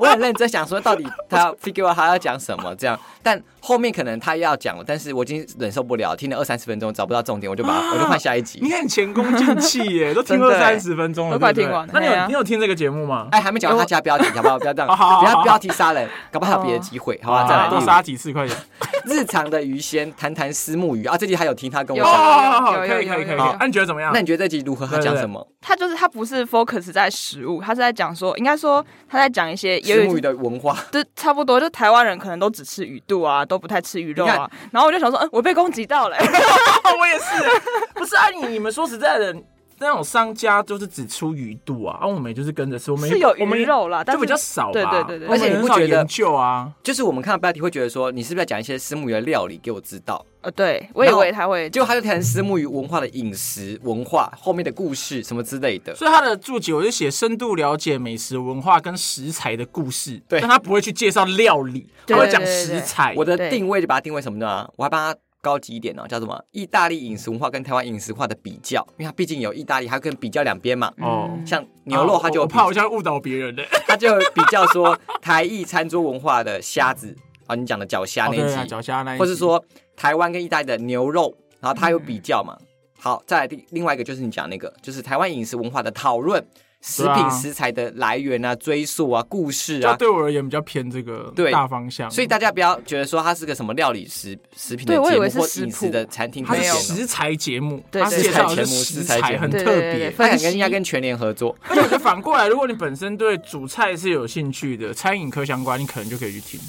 Speaker 2: 我很认真想说，到底他要 figure out 他要讲什么这样，但后面可能他要讲了，但是我已经忍受不了，听了二三十分钟找不到重点，我就把它我就换下一
Speaker 3: 你
Speaker 2: 集。
Speaker 3: 很前功尽弃耶、都听
Speaker 2: 真
Speaker 3: 了
Speaker 2: 的欸
Speaker 3: 三十分钟了，
Speaker 1: 都快
Speaker 3: 对不对
Speaker 1: 听完了
Speaker 3: 那你
Speaker 1: 对啊
Speaker 3: 有你有听这个节目吗？
Speaker 2: 哎，还没讲完他加标题，好不好？不要这样，
Speaker 3: 好好好
Speaker 2: 不要标题杀人，搞不好还有别的机会，好啊吧？再
Speaker 3: 多
Speaker 2: 来
Speaker 3: 杀几次，快点！
Speaker 2: 例如日常的鱼鲜，谈谈私募鱼啊，这集还 有听他跟我
Speaker 1: 有
Speaker 2: 讲。
Speaker 3: 哦，
Speaker 1: 有有
Speaker 3: 可以
Speaker 1: 有
Speaker 3: 可以可以。
Speaker 1: 有有
Speaker 3: 那你觉得怎么样
Speaker 2: 那？你觉得这集如何？他讲什么？
Speaker 1: 他就是他不是 focus 在食物，他是在讲说，应该说他在讲一些有
Speaker 2: 石木鱼
Speaker 1: 点
Speaker 2: 的文化，
Speaker 1: 就差不多，就台湾人可能都只吃鱼肚啊，都不太吃鱼肉啊。然后我就想说，嗯，我被攻击到 了、
Speaker 3: 哦，我也是。不是啊，你你们说实在的，那种商家就是只出鱼肚啊，啊，我们也就是跟着吃，我们也
Speaker 1: 是有
Speaker 3: 我们
Speaker 1: 鱼肉啦，但
Speaker 3: 就是比较少吧。
Speaker 1: 对对对对
Speaker 3: 我们
Speaker 2: 而且你
Speaker 3: 很
Speaker 2: 不
Speaker 3: 少
Speaker 2: 觉得
Speaker 3: 研究啊？
Speaker 2: 就是我们看到标题会觉得说，你是不是要讲一些石木鱼的料理给我知道？
Speaker 1: 呃，对我以为他会
Speaker 2: 结果他就谈石木鱼文化的饮食文化后面的故事什么之类的。
Speaker 3: 所以他的注解我就写深度了解美食文化跟食材的故事，
Speaker 2: 对
Speaker 3: 但他不会去介绍料理，
Speaker 1: 对
Speaker 3: 他会讲
Speaker 1: 对对对
Speaker 3: 食材。
Speaker 2: 我的
Speaker 1: 对
Speaker 2: 定位就把它定位什么呢？我还帮它高级一点哦，叫什么？意大利饮食文化跟台湾饮食文化的比较，因为它毕竟有意大利，它跟比较两边嘛。
Speaker 1: 嗯
Speaker 3: 哦
Speaker 2: 像牛肉，它
Speaker 3: 啊我
Speaker 2: 就
Speaker 3: 我
Speaker 2: 比
Speaker 3: 怕我现在误导别人的。
Speaker 2: 它就比较说台意餐桌文化的虾子啊，你讲的脚虾
Speaker 3: 哦
Speaker 2: 那
Speaker 3: 对啊，
Speaker 2: 一集，
Speaker 3: 脚下那一集，
Speaker 2: 或是说台湾跟意大利的牛肉，然后它有比较
Speaker 3: 嗯
Speaker 2: 嘛。好，再来第另外一个就是你讲那个，就是台湾饮食文化的讨论，食
Speaker 3: 对啊
Speaker 2: 品食材的来源啊、追溯啊、故事
Speaker 3: 就
Speaker 2: 啊。
Speaker 3: 对我而言比较偏这个
Speaker 2: 对
Speaker 3: 大方向，
Speaker 2: 所以大家不要觉得说它是个什么料理食食品
Speaker 1: 对
Speaker 2: 的节
Speaker 1: 我以
Speaker 2: 目
Speaker 1: 为是
Speaker 2: 或
Speaker 1: 食
Speaker 2: 饮食
Speaker 1: 谱
Speaker 2: 的餐厅推
Speaker 3: 它
Speaker 1: 没
Speaker 3: 是
Speaker 1: 有
Speaker 2: 荐哦，
Speaker 3: 食材节目，
Speaker 1: 对
Speaker 3: 它
Speaker 1: 对
Speaker 3: 介绍
Speaker 2: 食材
Speaker 3: 的
Speaker 2: 节目
Speaker 3: 是
Speaker 2: 食
Speaker 3: 食
Speaker 2: 材节
Speaker 3: 材，
Speaker 2: 目
Speaker 3: 很
Speaker 1: 对
Speaker 3: 特
Speaker 1: 对对
Speaker 3: 别
Speaker 1: 对。
Speaker 2: 他
Speaker 1: 分
Speaker 2: 想跟
Speaker 1: 析
Speaker 2: 应该跟全联合作，
Speaker 3: 而且我觉得反过来，如果你本身对主菜是有兴趣的，餐饮科相关，你可能就可以去听，
Speaker 1: 吗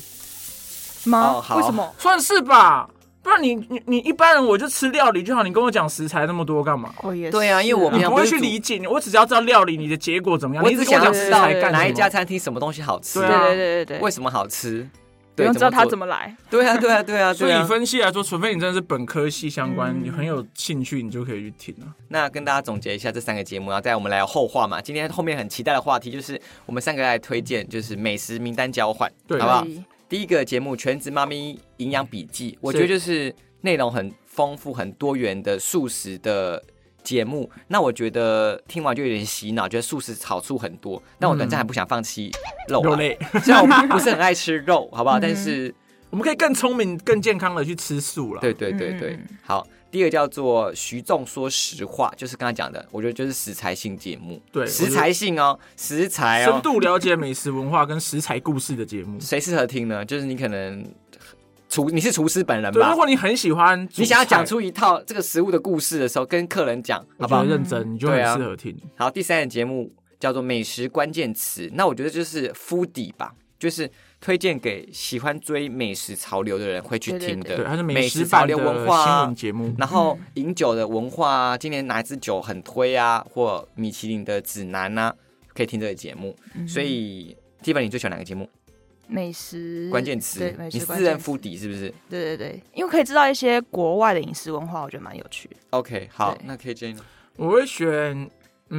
Speaker 2: 哦？好
Speaker 1: 为什么？
Speaker 3: 算是吧。不然你你你一般人我就吃料理就好，你跟我讲食材那么多干嘛？
Speaker 1: 哦，也是
Speaker 2: 对啊因为我
Speaker 3: 你
Speaker 1: 啊
Speaker 2: 平常
Speaker 3: 不会
Speaker 2: 不是
Speaker 3: 去
Speaker 2: 煮
Speaker 3: 理解你，我只要知道料理你的结果怎么样，
Speaker 2: 我
Speaker 3: 你一
Speaker 2: 只
Speaker 3: 直
Speaker 2: 想
Speaker 3: 跟我
Speaker 2: 要
Speaker 3: 讲
Speaker 2: 知
Speaker 3: 食
Speaker 2: 道
Speaker 3: 材干什么
Speaker 2: 哪一家餐厅什么东西好吃，
Speaker 3: 对
Speaker 1: 对
Speaker 3: 啊
Speaker 1: 对对对对，
Speaker 2: 为什么好吃，
Speaker 1: 不用知道他怎
Speaker 2: 么
Speaker 1: 么来？
Speaker 2: 做对啊对啊对啊
Speaker 3: 所
Speaker 2: 对
Speaker 3: 以
Speaker 2: 啊。
Speaker 3: 分析来说，除非你真的是本科系相关，
Speaker 1: 嗯
Speaker 3: 你很有兴趣，你就可以去听啊。
Speaker 2: 那跟大家总结一下这三个节目，然后再我们来后话嘛。今天后面很期待的话题就是我们三个来推荐，就是美食名单交换，
Speaker 3: 对
Speaker 2: 好不好
Speaker 1: 可以？
Speaker 2: 第一个节目《全职妈咪营养笔记》，我觉得就是内容很丰富、很多元的素食的节目。那我觉得听完就有点洗脑，觉得素食好处很多，但我短暂还不想放弃肉、啊。
Speaker 3: 肉类，
Speaker 2: 虽然我不是很爱吃肉，好不
Speaker 3: 嗯
Speaker 2: 好？但是，
Speaker 3: 我们可以更聪明、更健康的去吃素了。
Speaker 2: 对对对对，
Speaker 3: 嗯
Speaker 2: 好。第二个叫做徐仲说实话，就是刚才讲的，我觉得就是食材性节目，
Speaker 3: 对
Speaker 2: 食材性哦，食材
Speaker 3: 深
Speaker 2: 哦，
Speaker 3: 度了解美食文化跟食材故事的节目。
Speaker 2: 谁适合听呢？就是你可能厨，你是厨师本人
Speaker 3: 对，
Speaker 2: 吧
Speaker 3: 如？果你很喜欢煮菜，
Speaker 2: 你想要讲出一套这个食物的故事的时候，跟客人讲，好
Speaker 3: 我
Speaker 2: 不
Speaker 3: 觉
Speaker 2: 好
Speaker 3: 得？认真，你就很
Speaker 2: 对啊
Speaker 3: 适合听。
Speaker 2: 好，第三个节目叫做美食关键词，那我觉得就是 foodie 吧，就是推荐给喜欢追美食潮流的人会去听的，
Speaker 1: 对
Speaker 3: 对，它是
Speaker 2: 美
Speaker 3: 美食
Speaker 2: 食潮
Speaker 3: 版的
Speaker 2: 流文
Speaker 3: 新
Speaker 2: 化啊
Speaker 3: 闻。节目。
Speaker 2: 然后饮酒的文化啊，今年哪一支酒很推啊，或米其林的指南啊，可以听这个节目。
Speaker 3: 嗯
Speaker 2: 所以，Tiffany 你最喜欢哪个节目？
Speaker 1: 美
Speaker 3: 嗯
Speaker 1: 食
Speaker 2: 关键词
Speaker 1: 对，美
Speaker 2: 你
Speaker 1: 食关
Speaker 2: 私人
Speaker 1: 键词，
Speaker 2: foodie 是不是
Speaker 1: 对对对，因为可以知道一些国外的饮食文化，我觉得蛮有趣的。
Speaker 2: ？OK，好，
Speaker 1: 对
Speaker 2: 那 KJ 呢？
Speaker 3: 我会选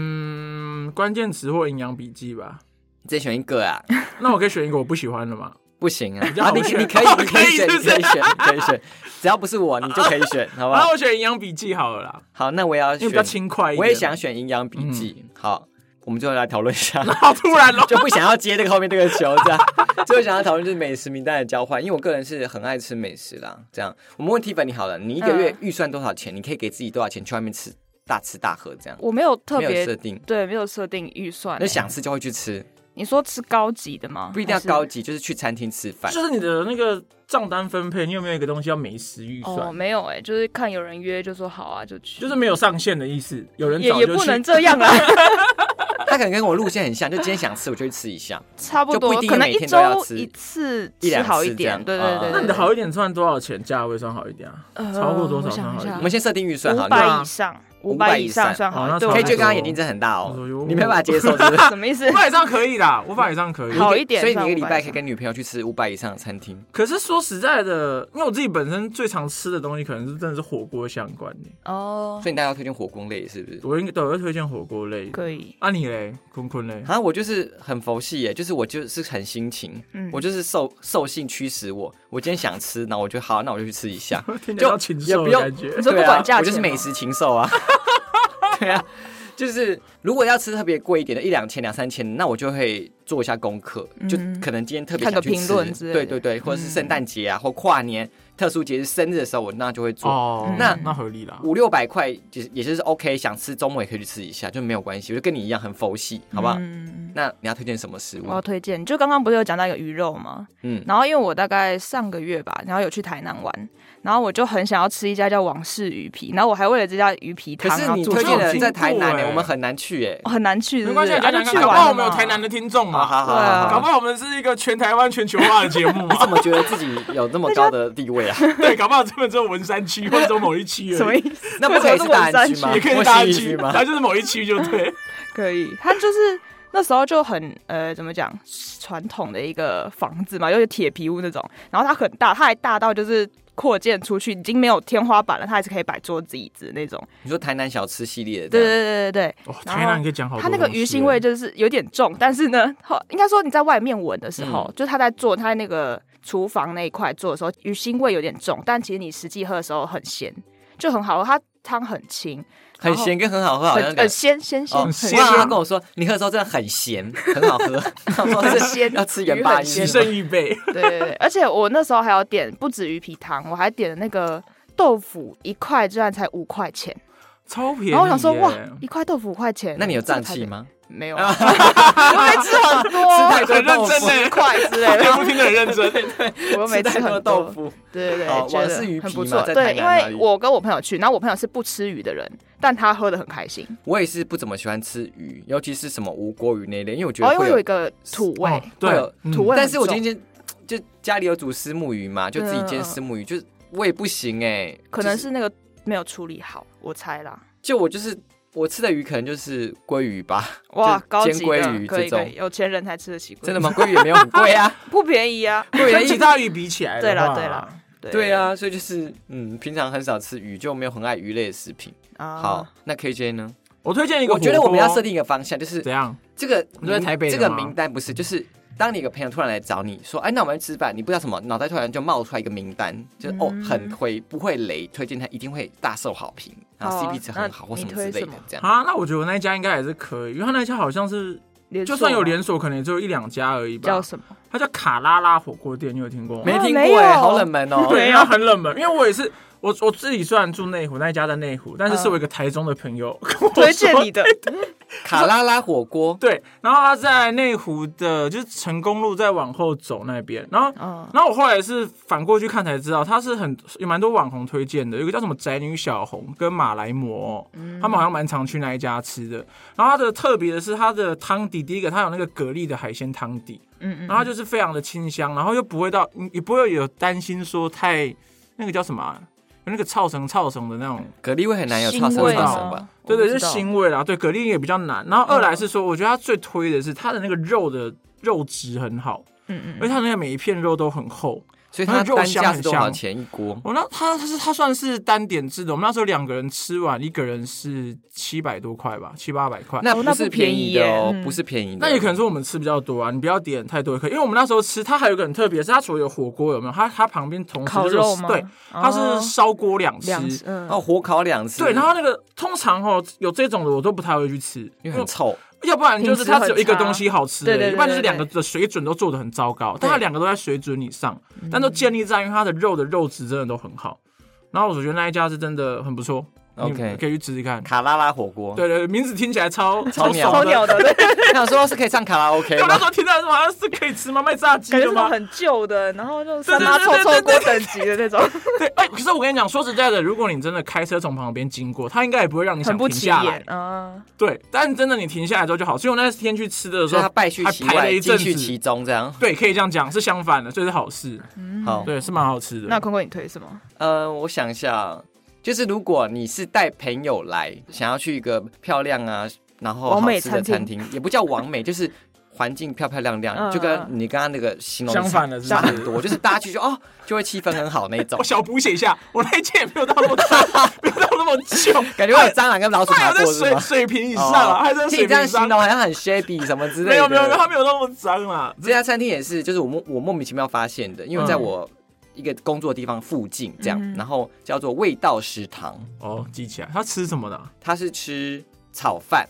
Speaker 3: 嗯关键词或营养笔记吧。
Speaker 2: 你再选一个 啊。
Speaker 3: 那我可以选一个我不喜欢的吗？
Speaker 2: 不行啊，
Speaker 3: 较
Speaker 2: 啊，
Speaker 3: 好
Speaker 2: 你
Speaker 3: 选
Speaker 2: 你可以，
Speaker 3: 哦
Speaker 2: 你可以
Speaker 3: 可以
Speaker 2: 选，
Speaker 3: 是
Speaker 2: 你
Speaker 3: 不是
Speaker 2: 可以选，你可以选，只要不是我，你就可以选，好不
Speaker 3: 啊，
Speaker 2: 好？
Speaker 3: 我选营养笔记好了啦，
Speaker 2: 好，那我也要
Speaker 3: 因为比较
Speaker 2: 选，
Speaker 3: 轻快一点。嗯
Speaker 2: 我也想，选营养笔记。好，我们最后来讨论一下，
Speaker 3: 好突然哦 咯。
Speaker 2: 就不想要接这个后面这个球，这样。最后想要讨论就是美食名单的交换，因为我个人是很爱吃美食啦。这样，我们问 Tiffany 好了，你一个月
Speaker 1: 嗯
Speaker 2: 预算多少钱？你可以给自己多少钱去外面吃大吃大喝？这样
Speaker 1: 我没有特
Speaker 2: 没有设
Speaker 1: 别
Speaker 2: 定，
Speaker 1: 对，没有设定预算、
Speaker 2: 那
Speaker 1: 欸
Speaker 2: 想吃就会去吃。
Speaker 1: 你说吃高级的吗？
Speaker 2: 不一定要
Speaker 1: 还是
Speaker 2: 高级，就是去餐厅吃饭。
Speaker 3: 就是你的那个账单分配，你有没有一个东西叫美食预
Speaker 1: 哦，
Speaker 3: 算？
Speaker 1: 没有哎、就是看有人约就说好啊，就去，
Speaker 3: 就是没有上限的意思，有人
Speaker 1: 也
Speaker 3: 早
Speaker 1: 也
Speaker 3: 就
Speaker 1: 不
Speaker 3: 去
Speaker 1: 能这样啊，
Speaker 2: 他可能跟我路线很像，就今天想吃我就去吃一下。
Speaker 1: 差不
Speaker 2: 就不
Speaker 1: 多
Speaker 2: 一，定
Speaker 1: 可能
Speaker 2: 每
Speaker 1: 一
Speaker 2: 天都要
Speaker 1: 周
Speaker 2: 吃
Speaker 1: 一次
Speaker 2: 一
Speaker 1: 吃
Speaker 2: 两
Speaker 1: 好
Speaker 2: 次
Speaker 1: 一
Speaker 2: 这样
Speaker 1: 点，对对对
Speaker 2: 啊
Speaker 1: 对。
Speaker 3: 那你的好一点算多少钱？价位算好一点啊？
Speaker 1: 呃
Speaker 3: 超过多少
Speaker 1: 我
Speaker 3: 算
Speaker 1: 想
Speaker 3: 好
Speaker 1: 一下
Speaker 2: 我们先设定预算好
Speaker 1: 五
Speaker 2: 了，对吧
Speaker 1: 百以上，五
Speaker 2: 500
Speaker 1: 百
Speaker 2: 以
Speaker 1: 以
Speaker 2: 上
Speaker 1: 上算
Speaker 3: 哦
Speaker 1: 好
Speaker 3: 那
Speaker 1: 了，对
Speaker 3: 差
Speaker 1: 我
Speaker 2: 可
Speaker 1: 来
Speaker 2: 以，
Speaker 3: 不
Speaker 2: 就
Speaker 1: 说
Speaker 2: 刚
Speaker 3: 多
Speaker 2: 刚眼睛真的很大哦
Speaker 3: 哎呦，
Speaker 2: 你没办法接受，是不是？
Speaker 1: 什么意思
Speaker 3: 五？百以上可以啦，五百以上可以。
Speaker 1: 好一点
Speaker 2: 所以你
Speaker 1: 算
Speaker 2: 一个礼
Speaker 1: 500
Speaker 2: 拜
Speaker 1: 以
Speaker 2: 可以
Speaker 1: 上
Speaker 2: 跟女朋友去吃五百以上的餐厅，
Speaker 3: 可是说实在的，因为我自己本身最常吃的东西可能是真的是火锅相关的，
Speaker 1: 哦，
Speaker 2: 所以你大家要推荐火锅类是不是？
Speaker 3: 我应该对我会推荐火锅类的。
Speaker 1: 可以，
Speaker 3: 啊你嘞，坤坤嘞，
Speaker 2: 啊，我就是很佛系耶，就是我就是很心情，
Speaker 1: 嗯
Speaker 2: 我就是受受性驱使我，我今天想吃，那我就好，那我就去吃一下，
Speaker 3: 听起来
Speaker 2: 就
Speaker 3: 像禽
Speaker 2: 也
Speaker 3: 兽
Speaker 2: 不
Speaker 3: 的
Speaker 2: 用
Speaker 3: 感觉。
Speaker 1: 说不
Speaker 2: 对啊
Speaker 1: 管价钱
Speaker 2: 我就是美食禽兽啊， 对啊，就是如果要吃特别贵一点的，一两千、两三千，那我就会做一下功课，就
Speaker 1: 嗯
Speaker 2: 可能今天特别
Speaker 1: 看
Speaker 2: 想
Speaker 1: 个
Speaker 2: 去
Speaker 1: 评
Speaker 2: 吃
Speaker 1: 论之类的嗯
Speaker 2: 对对对，或者是圣诞节啊，或跨年、特殊节日、生日的时候，我那就会做。
Speaker 3: 哦，
Speaker 1: 那
Speaker 3: 那合理啦。
Speaker 2: 五六百块，就是也就是 OK，想吃周末也可以去吃一下，就没有关系，我就跟你一样很佛系，好不好？
Speaker 1: 嗯，哦
Speaker 2: 那你要推荐什么食物
Speaker 1: 我？要推荐，就刚刚不是有讲到一个鱼肉吗？
Speaker 2: 嗯，
Speaker 1: 然后因为我大概上个月吧，然后有去台南玩，然后我就很想要吃一家叫王氏鱼皮，然后我还为了这家鱼皮
Speaker 2: 可
Speaker 1: 汤，
Speaker 2: 是
Speaker 1: 然后
Speaker 2: 你
Speaker 1: 做
Speaker 2: 推
Speaker 1: 出
Speaker 2: 荐
Speaker 1: 来
Speaker 2: 的
Speaker 3: 这
Speaker 2: 在
Speaker 3: 种
Speaker 2: 台南
Speaker 3: 进
Speaker 2: 呢，
Speaker 3: 步
Speaker 2: 我们很难去哎。
Speaker 1: 哦很难去，
Speaker 3: 没关系，
Speaker 1: 是不是
Speaker 3: 讲讲
Speaker 1: 啊
Speaker 3: 看，
Speaker 1: 就去
Speaker 3: 搞不
Speaker 1: 玩
Speaker 3: 好
Speaker 1: 了
Speaker 3: 我们有
Speaker 1: 嘛
Speaker 3: 台南的听众
Speaker 2: 好
Speaker 3: 嘛，
Speaker 2: 好好
Speaker 1: 对啊
Speaker 2: 好
Speaker 3: 搞不
Speaker 2: 好，
Speaker 3: 好我们是一个全台湾全球化的节 目嘛。
Speaker 2: 怎么觉得自己有那么高的地位啊？
Speaker 3: 对，搞不好这本只有文山区或者只有某一区而已。
Speaker 1: 什么意思？
Speaker 2: 那不可以是大安区吗？
Speaker 3: 也可以是
Speaker 2: 或
Speaker 3: 大
Speaker 2: 信义
Speaker 3: 区，
Speaker 2: 吗
Speaker 3: 然？后就是某一区就对。
Speaker 1: 可以，它就是那时候就很呃，怎么讲，传统的一个房子嘛，就是铁皮屋那种。然后它很大，它还大到就是扩建出去，已经没有天花板了，它还是可以摆桌子、椅子那种。
Speaker 2: 你说台南小吃系列的这
Speaker 1: 对
Speaker 2: 样，
Speaker 1: 对对对
Speaker 3: 哦，
Speaker 1: 然
Speaker 3: 台南
Speaker 1: 后
Speaker 3: 可以讲好多
Speaker 1: 它那个
Speaker 3: 东西
Speaker 1: 鱼腥味
Speaker 3: 耶
Speaker 1: 就是有点重，但是呢，后应该说你在外面闻的时候，
Speaker 2: 嗯
Speaker 1: 就他在做他在那个厨房那一块做的时候，鱼腥味有点重，但其实你实际喝的时候很鲜，就很好喝，它汤很清，
Speaker 2: 很咸跟很好喝好
Speaker 1: 很
Speaker 2: 像
Speaker 1: 很
Speaker 2: 两。
Speaker 1: 鲜鲜鲜，
Speaker 2: 哦，
Speaker 1: 很
Speaker 2: 我
Speaker 1: 鲜
Speaker 2: 有听他跟我说，你喝的时候真的很咸，很好喝。他说
Speaker 1: 很
Speaker 2: 是
Speaker 1: 咸
Speaker 2: 要吃盐巴
Speaker 1: 鱼很
Speaker 2: 鱼
Speaker 3: 只剩一杯，
Speaker 1: 对对对，而且我那时候还有点不止鱼皮汤，我还点了那个豆腐一块，居然才五块钱。
Speaker 3: 超便宜耶。
Speaker 1: 然后我想说，哇，一块豆腐五块钱，
Speaker 2: 那你有胀
Speaker 1: 这台
Speaker 2: 气
Speaker 1: 北？
Speaker 2: 吗？
Speaker 1: 没有 啊，我没吃很多，
Speaker 2: 吃太多
Speaker 3: 很认
Speaker 2: 豆
Speaker 3: 真
Speaker 2: 腐，
Speaker 3: 的
Speaker 1: 一块之类
Speaker 3: 节
Speaker 1: 的，
Speaker 3: 目听得很认真。
Speaker 1: 我又没
Speaker 2: 吃
Speaker 1: 吃
Speaker 2: 太
Speaker 1: 很
Speaker 2: 豆。腐。
Speaker 1: 对对
Speaker 2: 哦
Speaker 1: 对，觉
Speaker 2: 王氏鱼
Speaker 1: 得
Speaker 2: 皮
Speaker 1: 很不
Speaker 2: 嘛
Speaker 1: 错。
Speaker 2: 在台
Speaker 1: 对，因
Speaker 2: 南而已
Speaker 1: 为我跟我朋友去，然后我朋友是不吃鱼的人，但他喝的很开心。
Speaker 2: 我也是不怎么喜欢吃鱼，尤其是什么无锅鱼那类，因为我觉
Speaker 1: 哦，
Speaker 2: 得
Speaker 1: 因为
Speaker 2: 会
Speaker 1: 有
Speaker 2: 有
Speaker 1: 一个土味
Speaker 3: 哦，对，嗯
Speaker 1: 土味很
Speaker 2: 但是我
Speaker 1: 重嗯
Speaker 2: 今天就家里有煮虱目鱼嘛，就自己煎虱目鱼，就是我也不行哎、
Speaker 1: 可能
Speaker 2: 就是
Speaker 1: 那个没有处理好，我猜啦。
Speaker 2: 就我就是我吃的鱼可能就是鲑 鱼吧，
Speaker 1: 哇
Speaker 2: 就，
Speaker 1: 高
Speaker 2: 煎
Speaker 1: 级
Speaker 2: 鲑
Speaker 1: 的，
Speaker 2: 鱼
Speaker 1: 可
Speaker 2: 这
Speaker 1: 以可
Speaker 2: 种
Speaker 1: 以，。有钱人才吃得起鲑鱼。
Speaker 2: 真的吗？鲑鱼也没有很贵啊，
Speaker 1: 不便宜啊。
Speaker 2: 鲑鱼才
Speaker 3: 跟
Speaker 2: 一
Speaker 3: 其他鱼比起来 的
Speaker 1: 对
Speaker 3: 话
Speaker 1: 啦对啦， 对
Speaker 2: 对啊，所以就是嗯，平常很少吃鱼，就没有很爱鱼类的食品。
Speaker 1: 啊
Speaker 2: 好，那 KJ 呢？
Speaker 3: 我推荐一个
Speaker 2: 我
Speaker 3: 火锅，
Speaker 2: 觉得我们要设定一个方向，就是
Speaker 3: 怎样？
Speaker 2: 这个
Speaker 3: 你说在
Speaker 2: 名
Speaker 3: 台北的
Speaker 2: 这个
Speaker 3: 吗嗯
Speaker 2: 名单不是，就是当你有个朋友突然来找你说，哎，那我们去吃饭，你不知道什么，脑袋突然就冒出来一个名单，就是、
Speaker 1: 嗯
Speaker 2: 哦，很推，不会雷，推荐他一定会大受好评，然后
Speaker 1: 好啊
Speaker 2: CP 值很好
Speaker 1: 那
Speaker 2: 或什么
Speaker 1: 你
Speaker 2: 之
Speaker 1: 推
Speaker 2: 类
Speaker 1: 什
Speaker 2: 的
Speaker 1: 么
Speaker 2: 这样。
Speaker 3: 啊，那我觉得我那一家应该也是可以，因为他那一家好像是
Speaker 1: 连
Speaker 3: 就
Speaker 1: 锁
Speaker 3: 算有
Speaker 1: 吗
Speaker 3: 连锁，可能也只有一两家而已吧
Speaker 1: 叫。什么？
Speaker 3: 它叫卡拉拉火锅店，你有听过吗？欸
Speaker 2: 没听
Speaker 1: 啊没
Speaker 2: 过
Speaker 1: 有
Speaker 2: 哎、好冷 门哦。
Speaker 3: 对，然后很冷门，因为我也是。我我自己虽然住内湖，那一家在内湖，但是是
Speaker 1: 嗯
Speaker 3: 我一个台中的朋友 跟我
Speaker 1: 推荐
Speaker 3: 说
Speaker 1: 你的
Speaker 2: 卡拉拉火锅，
Speaker 3: 对，然后他在内湖的，就是成功路再往后走那边，然后。
Speaker 1: 嗯，
Speaker 3: 然后我后来是反过去看才知道，他是很有蛮多网红推荐的，有一个叫什么宅女小红跟马来魔，
Speaker 1: 嗯
Speaker 3: 他们好像蛮常去那一家吃的。然后它的特别的是它的汤底，第一个它有那个蛤蜊的海鲜汤底，
Speaker 1: 嗯
Speaker 3: 然后它就是非常的清香，然后又不会到你你不会有担心说太那个叫什么啊、有那个臭成臭成的那种
Speaker 2: 蛤蜊味很难有
Speaker 1: 腥
Speaker 2: 超生
Speaker 1: 味啊
Speaker 2: 超
Speaker 3: 吗
Speaker 2: 生吧？
Speaker 3: 对对，是
Speaker 1: 是
Speaker 3: 腥味啦，对，蛤蜊也比较难。然后
Speaker 1: 嗯
Speaker 3: 二来是说，我觉得它最推的是它的那个肉的肉质很好，
Speaker 1: 嗯
Speaker 3: 而且它那个每一片肉都很厚。
Speaker 2: 所以
Speaker 3: 它
Speaker 2: 它
Speaker 3: 的肉
Speaker 2: 单
Speaker 3: 香
Speaker 2: 价
Speaker 3: 很
Speaker 2: 是多少
Speaker 3: 香
Speaker 2: 钱一锅？
Speaker 3: 哦我那它它是它算是单点制的，我们那时候两个人吃完，一个人是七百多块吧，七八百块。
Speaker 2: 那
Speaker 1: 哦
Speaker 2: 不
Speaker 1: 那
Speaker 2: 是
Speaker 1: 不便
Speaker 2: 便宜
Speaker 1: 宜
Speaker 2: 的
Speaker 1: 耶
Speaker 2: 哦，
Speaker 1: 嗯
Speaker 2: 不是便宜的。
Speaker 3: 那也可能是我们吃比较多啊，你不要点太多也可以，因为我们那时候吃它还有一个很特别，是它除了有火锅有没有？它它旁边同时
Speaker 1: 烤
Speaker 3: 就是有
Speaker 1: 肉吗
Speaker 3: 对，它
Speaker 1: 哦
Speaker 3: 是烧锅两吃。
Speaker 1: 两嗯
Speaker 2: 哦，火烤两次，
Speaker 3: 对，然后那个通常哦，有这种的我都不太会去吃，
Speaker 2: 因为很臭，
Speaker 3: 要不然就是它只有一个东西好吃的，
Speaker 1: 品质很差对对对
Speaker 3: 一般就是两个的水准都做的很糟糕，但它两个都在水准以上，
Speaker 1: 嗯
Speaker 3: 但都建立在因为它的肉的肉质真的都很好。然后我觉得那一家是真的很不错，
Speaker 2: OK
Speaker 3: 你可以去试试看。
Speaker 2: 卡拉拉火锅。，
Speaker 3: 对对，对名字听起来超
Speaker 2: 超鸟
Speaker 1: 超屌的，对
Speaker 2: 想说是可以唱卡拉 OK
Speaker 3: 我那
Speaker 2: 吗
Speaker 3: 时？候听到好像是可以吃吗？卖炸鸡
Speaker 1: 感觉
Speaker 3: 的
Speaker 1: 是那种
Speaker 3: 吗？
Speaker 1: 很旧的，然后就三
Speaker 3: 对对
Speaker 1: 妈臭
Speaker 3: 对对
Speaker 1: 臭
Speaker 3: 对
Speaker 1: 锅等级的那种，
Speaker 3: 对，哎、可是我跟你讲，说实在的，如果你真的开车从旁边经过，他应该也不会让你想
Speaker 1: 很不
Speaker 3: 停
Speaker 1: 起
Speaker 3: 下
Speaker 1: 眼
Speaker 3: 来。
Speaker 1: 啊。
Speaker 3: 对，但真的你停下来之后就好。所以我那天去吃的时
Speaker 2: 所以
Speaker 3: 候，
Speaker 2: 他败絮
Speaker 3: 还
Speaker 2: 其
Speaker 3: 排了
Speaker 2: 外，
Speaker 3: 一
Speaker 2: 进
Speaker 3: 阵
Speaker 2: 去其
Speaker 3: 子。
Speaker 2: 中这样。
Speaker 3: 对，可以这样讲，是相反的，所以是好事。
Speaker 2: 好，
Speaker 3: 对，是蛮好吃的。
Speaker 1: 嗯那坤坤，你推什么？
Speaker 2: 呃，我想一下，就是如果你是带朋友来，想要去一个漂亮啊，然后
Speaker 1: 完
Speaker 2: 好
Speaker 1: 美
Speaker 2: 吃的
Speaker 1: 餐
Speaker 2: 餐厅，也不叫完美， 就是环境漂漂亮亮，
Speaker 1: 嗯
Speaker 2: 就跟你刚刚那个形容
Speaker 3: 相
Speaker 2: 词
Speaker 3: 反的是
Speaker 2: 差
Speaker 3: 不是
Speaker 2: 很多，就是大家去就哦，就会气氛很好那 种
Speaker 3: 我，小补写一下，我那一届也没有到那 么大，没有到那么久，
Speaker 2: 感觉会有蟑螂跟老鼠
Speaker 3: 他
Speaker 2: 爬
Speaker 3: 有在
Speaker 2: 过是
Speaker 3: 水
Speaker 2: 吗？哦
Speaker 3: 水平以上啊，还在
Speaker 2: 听你
Speaker 3: 水
Speaker 2: 这
Speaker 3: 平
Speaker 2: 样
Speaker 3: 以
Speaker 2: 形
Speaker 3: 上。
Speaker 2: 容好像很 shabby 什么之类的，
Speaker 3: 没有没有没有，他没有那么脏啊啦。
Speaker 2: 这家餐厅也是，就是我莫我莫名其妙发现的，因为在
Speaker 3: 嗯
Speaker 2: 我一个工作地方附近这样，
Speaker 1: 嗯
Speaker 2: 然后叫做味道食堂，
Speaker 3: 哦，记起来，他吃什么的啊？
Speaker 2: 它是吃炒饭，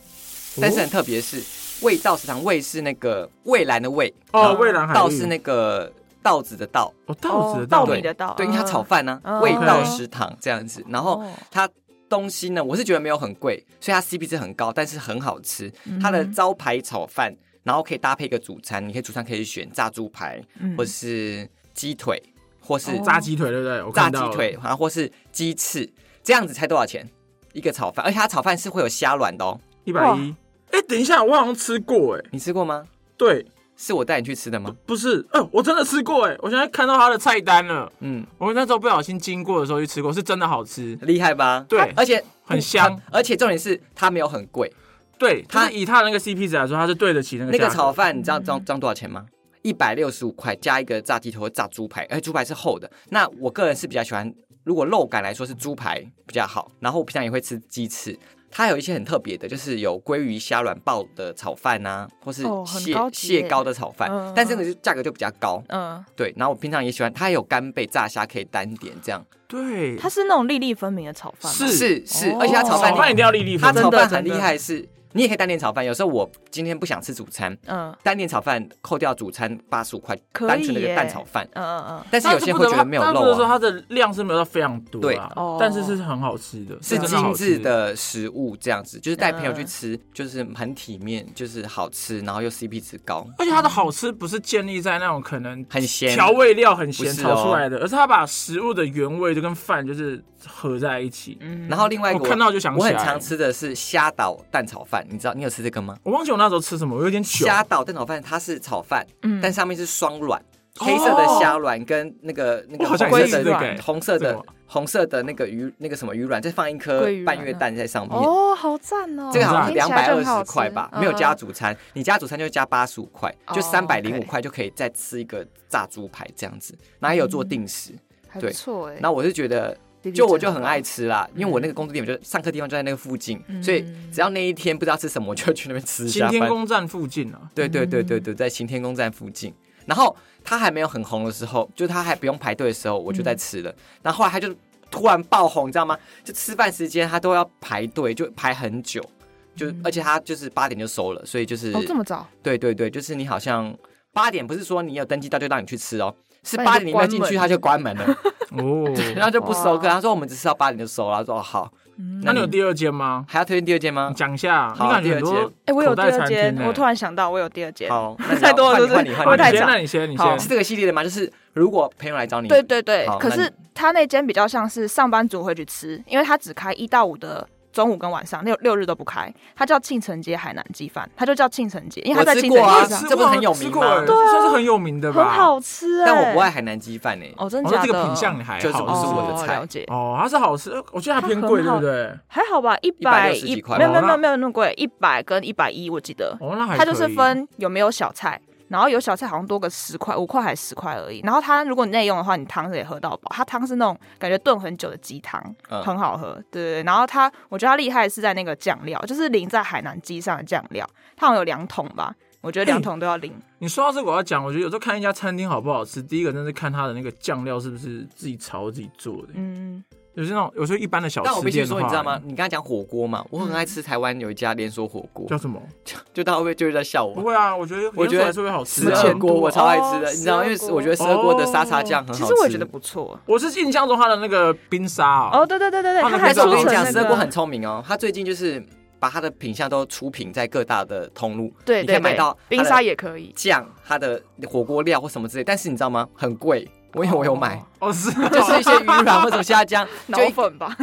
Speaker 2: 但是很特别是味道食堂，味是那个蔚蓝的味，
Speaker 3: 哦，
Speaker 1: 啊
Speaker 3: 蔚蓝海域
Speaker 2: 道是那个稻子的稻，
Speaker 3: 哦，稻子的
Speaker 1: 稻
Speaker 3: 稻
Speaker 1: 米
Speaker 3: 米
Speaker 1: 的稻，
Speaker 2: 对，因为它炒饭呢、
Speaker 1: 嗯
Speaker 2: 味道食堂这样子，然后
Speaker 1: 哦
Speaker 2: 它。东西呢，我是觉得没有很贵，所以它 CP 值很高，但是很好吃。
Speaker 1: 嗯
Speaker 2: 它的招牌炒饭，然后可以搭配一个主餐，你可以主餐可以选炸猪排，
Speaker 1: 嗯
Speaker 2: 或是鸡腿，或是
Speaker 1: 哦
Speaker 3: 炸鸡腿，对不对？我
Speaker 2: 炸
Speaker 3: 看
Speaker 2: 鸡
Speaker 3: 到了，
Speaker 2: 腿，然后或是鸡翅，这样子才多少钱一个炒饭？而且它炒饭是会有虾卵的哦，
Speaker 3: 一百一。哎，等一下，我好像吃过，哎，
Speaker 2: 你吃过吗？
Speaker 3: 对，
Speaker 2: 是我带你去吃的吗？
Speaker 3: 不是，呃，我真的吃过，哎，我现在看到他的菜单了。
Speaker 2: 嗯，
Speaker 3: 我那时候不小心经过的时候去吃过，是真的好吃。
Speaker 2: 厉害吧？啊
Speaker 3: 对
Speaker 2: 而且嗯
Speaker 3: 很香，
Speaker 2: 而且重点是它没有很贵。
Speaker 3: 对，
Speaker 2: 它
Speaker 3: 它以它那个 CP 值来说，它是对得起那个
Speaker 2: 那个
Speaker 3: 价格
Speaker 2: 炒饭你知道装装多少钱吗？一百六十五块加一个炸鸡腿或炸猪排，而且猪排是厚的。那我个人是比较喜欢，如果肉感来说是猪排比较好。然后我平常也会吃鸡翅，它有一些很特别的，就是有鲑鱼虾卵爆的炒饭啊，或是
Speaker 1: 哦很
Speaker 2: 蟹、
Speaker 1: 高级耶
Speaker 2: 蟹膏的炒饭，
Speaker 1: 嗯
Speaker 2: 但这个就价格就比较高。
Speaker 1: 嗯，
Speaker 2: 对，然后我平常也喜欢，它还有干贝、炸虾可以单点这样。
Speaker 3: 对，
Speaker 1: 它是那种粒粒分明的炒饭吗，
Speaker 3: 是
Speaker 2: 是是，
Speaker 1: 哦
Speaker 2: 而且它炒
Speaker 3: 炒
Speaker 2: 饭
Speaker 3: 饭一定要粒粒
Speaker 2: 它
Speaker 1: 真
Speaker 3: 分明
Speaker 1: 的
Speaker 2: 炒饭很厉害是，你也可以单点炒饭。有时候我今天不想吃主餐，
Speaker 1: 嗯
Speaker 2: 单点炒饭扣掉主餐八十五块，
Speaker 1: 可以
Speaker 2: 单纯的一
Speaker 1: 耶
Speaker 2: 个蛋炒饭。
Speaker 1: 嗯嗯
Speaker 2: 但是有些人会觉得没有
Speaker 3: 但是
Speaker 2: 肉
Speaker 3: 说
Speaker 2: 啊，
Speaker 3: 它的量是没有到非常多
Speaker 2: 对
Speaker 3: 啊
Speaker 1: 哦，
Speaker 3: 但是是很好吃的，
Speaker 2: 是
Speaker 3: 真的
Speaker 2: 精
Speaker 3: 好吃嗯
Speaker 2: 致。的食物这样子，就是带朋友去吃，就是很体面，就是好吃，然后又 CP 值高，
Speaker 3: 而且它的好吃不是建立在那种可能
Speaker 2: 很咸。
Speaker 3: 调味料很
Speaker 2: 不
Speaker 3: 咸
Speaker 2: 是哦
Speaker 3: 炒出来的，而是它把食物的原味就跟饭就是合在一起。
Speaker 1: 嗯，
Speaker 2: 然后另外一个
Speaker 3: 我看到就想起
Speaker 2: 我
Speaker 3: 来
Speaker 2: 很常吃的是虾岛蛋炒饭，你知道你有吃这个吗？
Speaker 3: 我忘记我那时候吃什么，我有点久。
Speaker 2: 虾岛蛋炒饭它是炒饭，
Speaker 1: 嗯
Speaker 2: 但上面是双卵，
Speaker 3: 哦
Speaker 2: 黑色的虾卵跟那个那个
Speaker 3: 我好像
Speaker 2: 红
Speaker 1: 哦也
Speaker 2: 色
Speaker 1: 是这个
Speaker 2: 的
Speaker 3: 欸
Speaker 2: 红色
Speaker 3: 这个
Speaker 2: 的
Speaker 3: 吗
Speaker 2: 红色的那个鱼那个什么鱼卵，再放一颗
Speaker 1: 鲑鱼卵
Speaker 2: 半月蛋在上面。
Speaker 1: 哦，好赞哦，
Speaker 2: 这个好像
Speaker 1: 听
Speaker 2: 两
Speaker 1: 起来
Speaker 2: 百
Speaker 1: 就
Speaker 2: 二
Speaker 1: 很好
Speaker 2: 十
Speaker 1: 吃
Speaker 2: 块吧，
Speaker 1: 嗯
Speaker 2: 没有加主餐，你加主餐就加八十五块，就
Speaker 1: 哦
Speaker 2: 三百零
Speaker 1: OK
Speaker 2: 五块就可以再吃一个炸猪排这样子。然后也有做定时，
Speaker 1: 还不
Speaker 2: 对
Speaker 1: 错哎，
Speaker 2: 那我是觉得
Speaker 1: 比例。
Speaker 2: 就我
Speaker 1: 真
Speaker 2: 就很
Speaker 1: 好
Speaker 2: 爱吃啦，因为我那个工作地方就上课地方就在那个附近，
Speaker 1: 嗯
Speaker 2: 所以只要那一天不知道吃什么，我就去那边吃一
Speaker 3: 新
Speaker 2: 下
Speaker 3: 天
Speaker 2: 饭。
Speaker 3: 宫站附近啊，
Speaker 2: 对对对
Speaker 1: 嗯
Speaker 2: 对对，在行天宫站附近。然后它还没有很红的时候，就它还不用排队的时候，我就在
Speaker 1: 嗯
Speaker 2: 吃了。然后后来它就突然爆红，你知道吗？就吃饭时间它都要排队，就排很久。就、而且它就是八点就收了，所以就是、
Speaker 1: 嗯哦这么早，
Speaker 2: 对对对，就是你好像八点不是说你有登记到就让你去吃哦，是
Speaker 1: 那你就
Speaker 2: 八点你没有进
Speaker 1: 关
Speaker 2: 去
Speaker 1: 门
Speaker 2: 它就关门了，
Speaker 3: 哦，
Speaker 2: 然后就不收客。
Speaker 1: 哇
Speaker 2: 他说我们只吃到八点就收了，他说哦好，
Speaker 3: 那你有第二间吗？
Speaker 2: 还要推荐第二间吗
Speaker 3: 你？讲一下，啊
Speaker 2: 好
Speaker 3: 你感觉很
Speaker 2: 第二
Speaker 3: 多
Speaker 2: 间
Speaker 1: 哎，我有
Speaker 3: 口
Speaker 1: 第
Speaker 3: 袋
Speaker 1: 二
Speaker 3: 餐厅欸
Speaker 1: 间，
Speaker 3: 呢。
Speaker 1: 我突然想到我有第二间，
Speaker 2: 好，那你
Speaker 1: 太
Speaker 2: 要
Speaker 1: 多了
Speaker 2: 换
Speaker 1: 是不是
Speaker 2: 你换你换
Speaker 1: 会
Speaker 2: 你
Speaker 1: 太
Speaker 3: 你
Speaker 1: 长
Speaker 3: 先，那你先，你
Speaker 1: 好
Speaker 3: 先
Speaker 2: 是。这个系列的吗？就是如果朋友来找你，
Speaker 1: 对对对
Speaker 2: 好，
Speaker 1: 可
Speaker 2: 那你
Speaker 1: 是他那间比较像是上班族会去吃，因为他只开一到五的中午跟晚上，六六日都不开。他叫庆城街海南鸡饭，他就叫庆城街，因为他
Speaker 2: 我
Speaker 1: 在
Speaker 2: 吃
Speaker 1: 庆
Speaker 2: 过啊
Speaker 1: 城
Speaker 3: 哇
Speaker 1: 街上
Speaker 2: 这不是很有名吗
Speaker 3: 吃过欸
Speaker 1: 对啊
Speaker 3: 算是很有名的吧？
Speaker 1: 很好吃哎、
Speaker 2: 但我不爱海南鸡饭呢、
Speaker 1: 哦，真的
Speaker 3: 哦，那
Speaker 1: 假
Speaker 3: 这
Speaker 1: 的？
Speaker 3: 个品相还好，
Speaker 2: 就是不是我的
Speaker 1: 哦
Speaker 2: 菜
Speaker 1: 了解。
Speaker 3: 哦，它是好吃，呃我觉得它偏贵，
Speaker 1: 它
Speaker 3: 对
Speaker 1: 很好
Speaker 3: 不对？
Speaker 1: 还好吧，一百
Speaker 2: 160几块
Speaker 1: 没有
Speaker 3: 吧
Speaker 1: 没有没
Speaker 3: 那
Speaker 1: 有没有那么贵，一百跟一百一我记得，
Speaker 3: 哦，那还
Speaker 1: 它就是
Speaker 3: 可以
Speaker 1: 分有没有小菜，然后有小菜好像多个十块五块还是十块而已。然后它如果你内用的话，你汤是也喝到饱，它汤是那种感觉炖很久的鸡汤，
Speaker 2: 嗯
Speaker 1: 很好喝。对对对，然后它我觉得它厉害的是在那个酱料，就是淋在海南鸡上的酱料，它好像有两桶吧，我觉得两桶都要淋。
Speaker 3: 你说到这个，我要讲，我觉得有时候看一家餐厅好不好吃，第一个真是看它的那个酱料是不是自己炒自己做的。
Speaker 1: 嗯，
Speaker 3: 就是那种有时候一般的小
Speaker 2: 但我
Speaker 3: 吃
Speaker 2: 必须
Speaker 3: 店的
Speaker 2: 说，
Speaker 3: 话，
Speaker 2: 你知道吗？？你刚才讲火锅嘛，我很
Speaker 1: 嗯
Speaker 2: 爱吃台湾有一家连锁火锅，
Speaker 3: 叫什么？
Speaker 2: 就大家会不会就是在笑
Speaker 3: 不
Speaker 2: 我？
Speaker 3: 会啊，我觉得
Speaker 2: 我觉
Speaker 3: 连锁
Speaker 2: 得
Speaker 3: 还是会好吃啊
Speaker 2: 十
Speaker 3: 的。
Speaker 2: 二锅我超爱吃的，
Speaker 1: 哦
Speaker 2: 你知道吗，因为
Speaker 1: 十二锅
Speaker 2: 我觉得十二锅的沙茶酱很好
Speaker 1: 其
Speaker 2: 吃。
Speaker 1: 实我也觉得不错。
Speaker 3: 我是印象中它的那个冰沙哦
Speaker 1: 哦，对对对对对，
Speaker 3: 哦
Speaker 1: 他
Speaker 3: 那
Speaker 1: 还
Speaker 2: 可是
Speaker 3: 可是
Speaker 1: 出
Speaker 2: 我
Speaker 1: 成
Speaker 2: 跟你讲，
Speaker 1: 那
Speaker 2: 十二锅很
Speaker 1: 个，
Speaker 2: 聪明哦，他最近就是把他的品相都出品在各大的通路，
Speaker 1: 对
Speaker 2: 你可以
Speaker 1: 对
Speaker 2: 买
Speaker 1: 对
Speaker 2: 到，
Speaker 1: 冰
Speaker 2: 它
Speaker 1: 沙
Speaker 2: 的
Speaker 1: 也可以。
Speaker 2: 酱、它的火锅料或什么之类，但是你知道吗？很贵，我因为我有买。
Speaker 3: 哦 是
Speaker 2: 就是一些鱼软或者虾浆，
Speaker 1: 脑
Speaker 2: 就一
Speaker 1: 粉吧，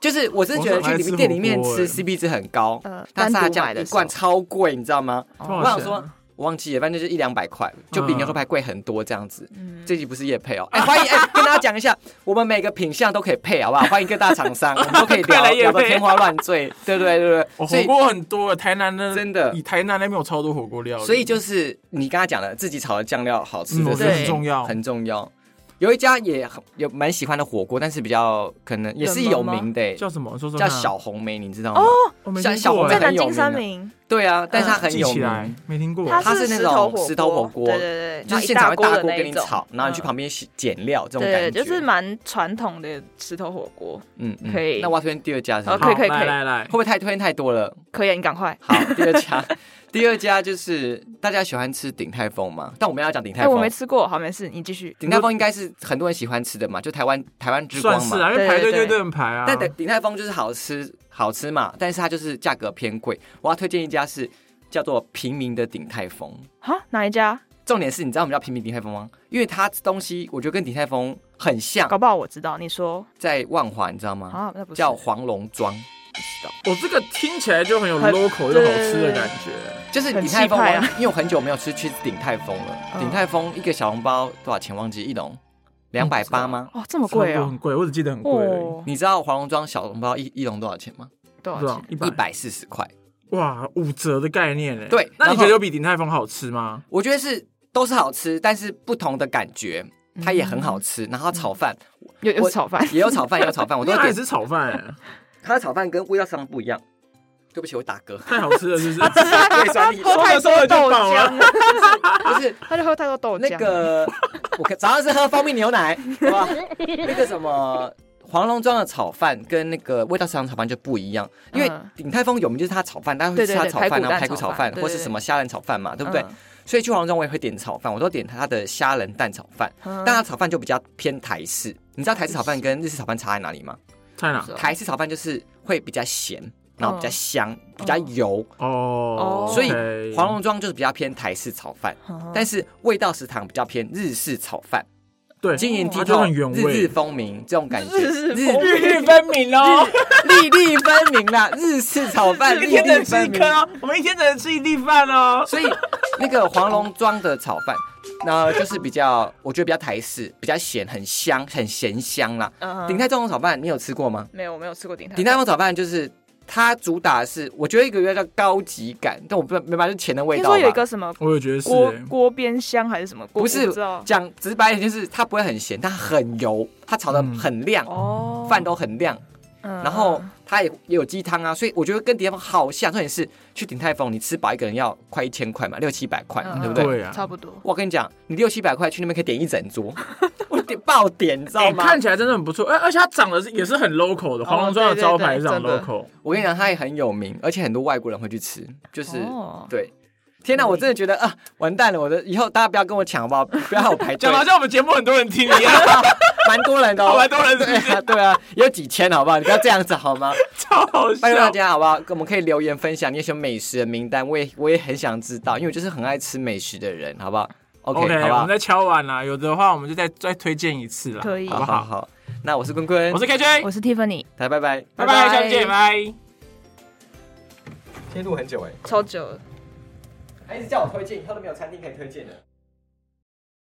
Speaker 2: 就是我真的觉得去里面店里面
Speaker 3: 我很爱吃火锅欸
Speaker 2: 吃 CP 值很高，
Speaker 1: 呃，
Speaker 2: 但
Speaker 1: 单
Speaker 2: 沙
Speaker 1: 独
Speaker 2: 酱
Speaker 1: 买的
Speaker 2: 一罐
Speaker 1: 时
Speaker 2: 超贵，你知道吗？
Speaker 1: 候
Speaker 3: 多
Speaker 2: 我
Speaker 3: 少
Speaker 2: 想
Speaker 3: 钱
Speaker 2: 说，我忘记了，反正就是一两百块，就比
Speaker 3: 哦嗯
Speaker 2: 牛肉排贵很多这样子。
Speaker 1: 嗯
Speaker 2: 这集不是夜 配哦，哎，欢迎哎，跟大家讲一下，我们每个品相都可以配，好不好？欢迎各大厂 商，我们都可以
Speaker 3: 快来
Speaker 2: 聊聊
Speaker 3: 业配
Speaker 2: 得天花乱坠，对对对
Speaker 3: 哦
Speaker 2: 对，
Speaker 3: 火
Speaker 2: 所以。
Speaker 3: 锅很多，台南的
Speaker 2: 真的
Speaker 3: 以台南那边有超多火锅料理，
Speaker 2: 所以就是你刚才讲的，自己炒的酱料好吃
Speaker 3: 嗯，
Speaker 2: 这
Speaker 3: 我
Speaker 2: 是
Speaker 3: 觉得
Speaker 1: 对
Speaker 3: 很重要。
Speaker 2: 很重要。有一家也很有蛮喜欢的火锅，但是比较可能也是有名的、欸
Speaker 3: 叫什么？说说
Speaker 2: 叫
Speaker 3: 看
Speaker 2: 小红梅，你知道吗？
Speaker 3: 我没
Speaker 2: 小
Speaker 3: 听
Speaker 2: 小
Speaker 3: 过
Speaker 2: 红
Speaker 1: 候，
Speaker 2: 我
Speaker 3: 哎
Speaker 1: 在
Speaker 2: 梅很
Speaker 1: 南
Speaker 2: 有
Speaker 1: 京三
Speaker 2: 名
Speaker 1: 明，
Speaker 2: 对啊，但是它很
Speaker 3: 嗯记
Speaker 2: 有
Speaker 3: 起
Speaker 2: 名，
Speaker 3: 来没听过。
Speaker 2: 它
Speaker 1: 是
Speaker 2: 是那
Speaker 1: 石头
Speaker 2: 种
Speaker 1: 火
Speaker 2: 石头火锅
Speaker 1: 对对对，
Speaker 2: 就是现
Speaker 1: 然后一大
Speaker 2: 场有大
Speaker 1: 锅
Speaker 2: 锅
Speaker 1: 的
Speaker 2: 给
Speaker 1: 那一
Speaker 2: 你
Speaker 1: 种
Speaker 2: 炒，然后你去
Speaker 1: 嗯
Speaker 2: 旁边洗减料这种
Speaker 1: 对，
Speaker 2: 感觉，
Speaker 1: 就是蛮传统的石头火锅。
Speaker 2: 嗯嗯
Speaker 1: 可以
Speaker 2: 那我要推荐第二家是不是
Speaker 1: 好可以可以
Speaker 3: 好
Speaker 1: 可
Speaker 3: 来
Speaker 1: 以
Speaker 3: 来来
Speaker 2: 会，不会太推荐太多了？
Speaker 1: 可以，啊你赶快。
Speaker 2: 好，第二 家，第二家就是大家喜欢吃鼎泰丰吗？但我们要讲鼎泰
Speaker 1: 哎，我没
Speaker 2: 丰，
Speaker 1: 吃过，好，没事，你继续。
Speaker 2: 鼎泰丰应该是很多人喜欢吃的嘛，就台湾台湾之光
Speaker 3: 算
Speaker 2: 嘛，
Speaker 3: 是啊，因
Speaker 1: 对
Speaker 3: 为排
Speaker 1: 对
Speaker 3: 队就
Speaker 1: 对
Speaker 3: 一堆人排啊。
Speaker 2: 但鼎鼎泰丰就是好吃，好吃嘛，但是它就是价格偏贵。我要推荐一家是叫做平民的鼎泰丰。
Speaker 1: 哈，哪一家？
Speaker 2: 重点是，你知道我们叫平民鼎泰丰吗？因为它东西我觉得跟鼎泰丰很像，
Speaker 1: 搞不好我知道。你说
Speaker 2: 在万华，你知道吗？
Speaker 1: 啊，那不是
Speaker 2: 嗯叫黄龙庄，
Speaker 3: 我这个听起来就很有
Speaker 1: 很
Speaker 3: local 又好吃的感觉，
Speaker 2: 就是
Speaker 1: 很
Speaker 2: 鼎泰丰。
Speaker 1: 气派啊
Speaker 2: 我因为我很久没有吃去鼎泰丰了。
Speaker 1: 嗯
Speaker 2: 鼎泰丰一个小笼包多少钱？忘记一笼两百八吗？
Speaker 1: 哦，这么贵
Speaker 3: 差不多
Speaker 1: 哦
Speaker 3: 很。贵，我只记得很贵而已，
Speaker 1: 哦，
Speaker 2: 你知道黄龙庄小笼包一一笼多少钱吗？
Speaker 1: 多
Speaker 3: 是
Speaker 1: 少
Speaker 3: 吧
Speaker 1: 钱？？
Speaker 3: 一
Speaker 2: 一
Speaker 3: 百
Speaker 2: 百四十块。
Speaker 3: 哇，五折的概念哎。
Speaker 2: 对
Speaker 3: 那
Speaker 2: 然
Speaker 3: 你
Speaker 2: 后
Speaker 3: 觉得有比鼎泰丰好吃吗？
Speaker 2: 我觉得是都是好吃，但是不同的感觉，它也很好吃。然后炒饭
Speaker 1: 有有
Speaker 2: 我
Speaker 1: 炒饭，
Speaker 2: 也有炒饭，也有炒饭，我
Speaker 3: 我
Speaker 2: 都会
Speaker 3: 爱
Speaker 2: 点。
Speaker 3: 吃炒 饭哎，
Speaker 2: 它的炒饭跟味道上不一样。对不起，我打嗝。
Speaker 3: 太好吃了，是不是？
Speaker 2: 对所以你
Speaker 1: 喝太
Speaker 3: 说
Speaker 1: 多
Speaker 3: 了就
Speaker 1: 豆
Speaker 3: 饱了
Speaker 1: 浆了，
Speaker 2: 不是
Speaker 1: 他就喝太多豆浆。啊
Speaker 2: 那个，我可早上是喝蜂蜜牛奶，好吧？那个什么。黄龙庄的炒饭跟那个味道市场炒饭就不一样，因为
Speaker 1: 嗯
Speaker 2: 鼎泰丰有名就是它炒饭，大家会
Speaker 1: 对
Speaker 2: 吃
Speaker 1: 对
Speaker 2: 它
Speaker 1: 对
Speaker 2: 炒
Speaker 1: 排
Speaker 2: 饭，
Speaker 1: 骨
Speaker 2: 然后
Speaker 1: 蛋
Speaker 2: 排骨
Speaker 1: 炒
Speaker 2: 炒
Speaker 1: 饭
Speaker 2: 饭
Speaker 1: 对
Speaker 2: 或是
Speaker 1: 对
Speaker 2: 什么虾仁炒饭嘛，对不对？
Speaker 1: 嗯
Speaker 2: 所以去黄龙庄我也会点炒饭，我都点它的虾仁蛋炒饭，
Speaker 1: 嗯
Speaker 2: 但它炒饭就比较偏台式。你知道台式炒饭跟日式炒饭差在哪里吗？
Speaker 3: 太难
Speaker 1: 是哦
Speaker 2: 台式炒饭就是会比较咸，
Speaker 1: 嗯
Speaker 2: 然后比较香，比较油，
Speaker 3: 哦
Speaker 1: 哦。
Speaker 2: 所以
Speaker 3: OK
Speaker 2: 黄龙庄就是比较偏台式炒饭，
Speaker 1: 嗯
Speaker 2: 但是味道食堂比较偏日式炒饭，
Speaker 3: 对
Speaker 2: 晶莹剔
Speaker 3: 它就
Speaker 2: 透，
Speaker 3: 很原味
Speaker 2: 日日分明这种感觉，
Speaker 1: 日式
Speaker 2: 日
Speaker 3: 日分明哦，
Speaker 2: 粒粒分明啦，日式炒饭粒
Speaker 3: 一天只
Speaker 2: 粒
Speaker 3: 能吃
Speaker 2: 分
Speaker 3: 一
Speaker 2: 明
Speaker 3: 颗。哦，我们一天只能吃一粒饭哦。
Speaker 2: 所以那个黄龙庄的炒饭，那就是比较，我觉得比较台式，比较咸，很香，很咸香啦。
Speaker 1: 嗯
Speaker 2: 鼎泰中炒饭你有吃过吗？
Speaker 1: 没有，我没有吃过鼎泰。
Speaker 2: 鼎泰丰炒饭就是它主打的是，我觉得一个比较高级感，但我不没办法，就是钱的味
Speaker 1: 听
Speaker 2: 道吧。
Speaker 1: 说有一个什么
Speaker 3: 我也觉得是
Speaker 1: 锅
Speaker 3: 哎
Speaker 1: 锅边香还是什么锅？
Speaker 2: 不
Speaker 1: 我
Speaker 2: 是
Speaker 1: 知道
Speaker 2: 讲直白一点，就是它不会很咸，它很油，它炒的
Speaker 3: 嗯
Speaker 2: 很亮，
Speaker 1: 哦，
Speaker 2: 饭都很亮，
Speaker 1: 嗯，
Speaker 2: 然后它也也有鸡汤啊，所以我觉得跟鼎泰丰好像，重点是去鼎泰丰你吃饱一个人要快一千块嘛，六七百块，
Speaker 1: 嗯
Speaker 2: 对
Speaker 1: 嗯
Speaker 2: 不对？
Speaker 3: 对啊
Speaker 1: 差不多。
Speaker 2: 我跟你讲，你六七百块去那边可以点一整桌，我点爆点，你知道
Speaker 3: 哎
Speaker 2: 吗？
Speaker 3: 看起来真的很不错，而而且它长得是也是很 local 的，黄龙庄的招牌也是很
Speaker 1: 对对对
Speaker 3: local。
Speaker 2: 我跟你讲，它也很有名，而且很多外国人会去吃，就是、
Speaker 1: 哦
Speaker 2: 对。天哪，我真的觉得啊，完蛋了！我的以后大家不要跟我抢好不好？不要让我排队
Speaker 3: 讲，好像我们节目很多人听一样，
Speaker 2: 蛮多人的、哦，
Speaker 3: 蛮多人
Speaker 2: 对啊，对啊，有几千好不好？你不要这样子好吗？
Speaker 3: 超好
Speaker 2: 拜托大
Speaker 3: 笑。
Speaker 2: 家好不好？我们可以留言分享你有什么美食的名单，我也我也很想知道，因为我就是很爱吃美食的人，好不好
Speaker 3: OK，
Speaker 2: 好不
Speaker 3: 我们
Speaker 2: 好？
Speaker 3: 再敲完啦，有的话我们就再再推荐一次啦，
Speaker 1: 可以
Speaker 3: 好
Speaker 2: 好
Speaker 3: 不
Speaker 2: 好
Speaker 3: 好？
Speaker 2: 好，那我是坤坤，
Speaker 3: 我是啊 KJ，
Speaker 1: 我是 Tiffany，
Speaker 2: 大家拜拜。
Speaker 3: 拜拜，下次见，拜。
Speaker 2: 今天录很久哎、
Speaker 1: 超久了。
Speaker 3: 欸
Speaker 2: 哎他一直叫我推荐，以后都没有餐厅可以推荐了。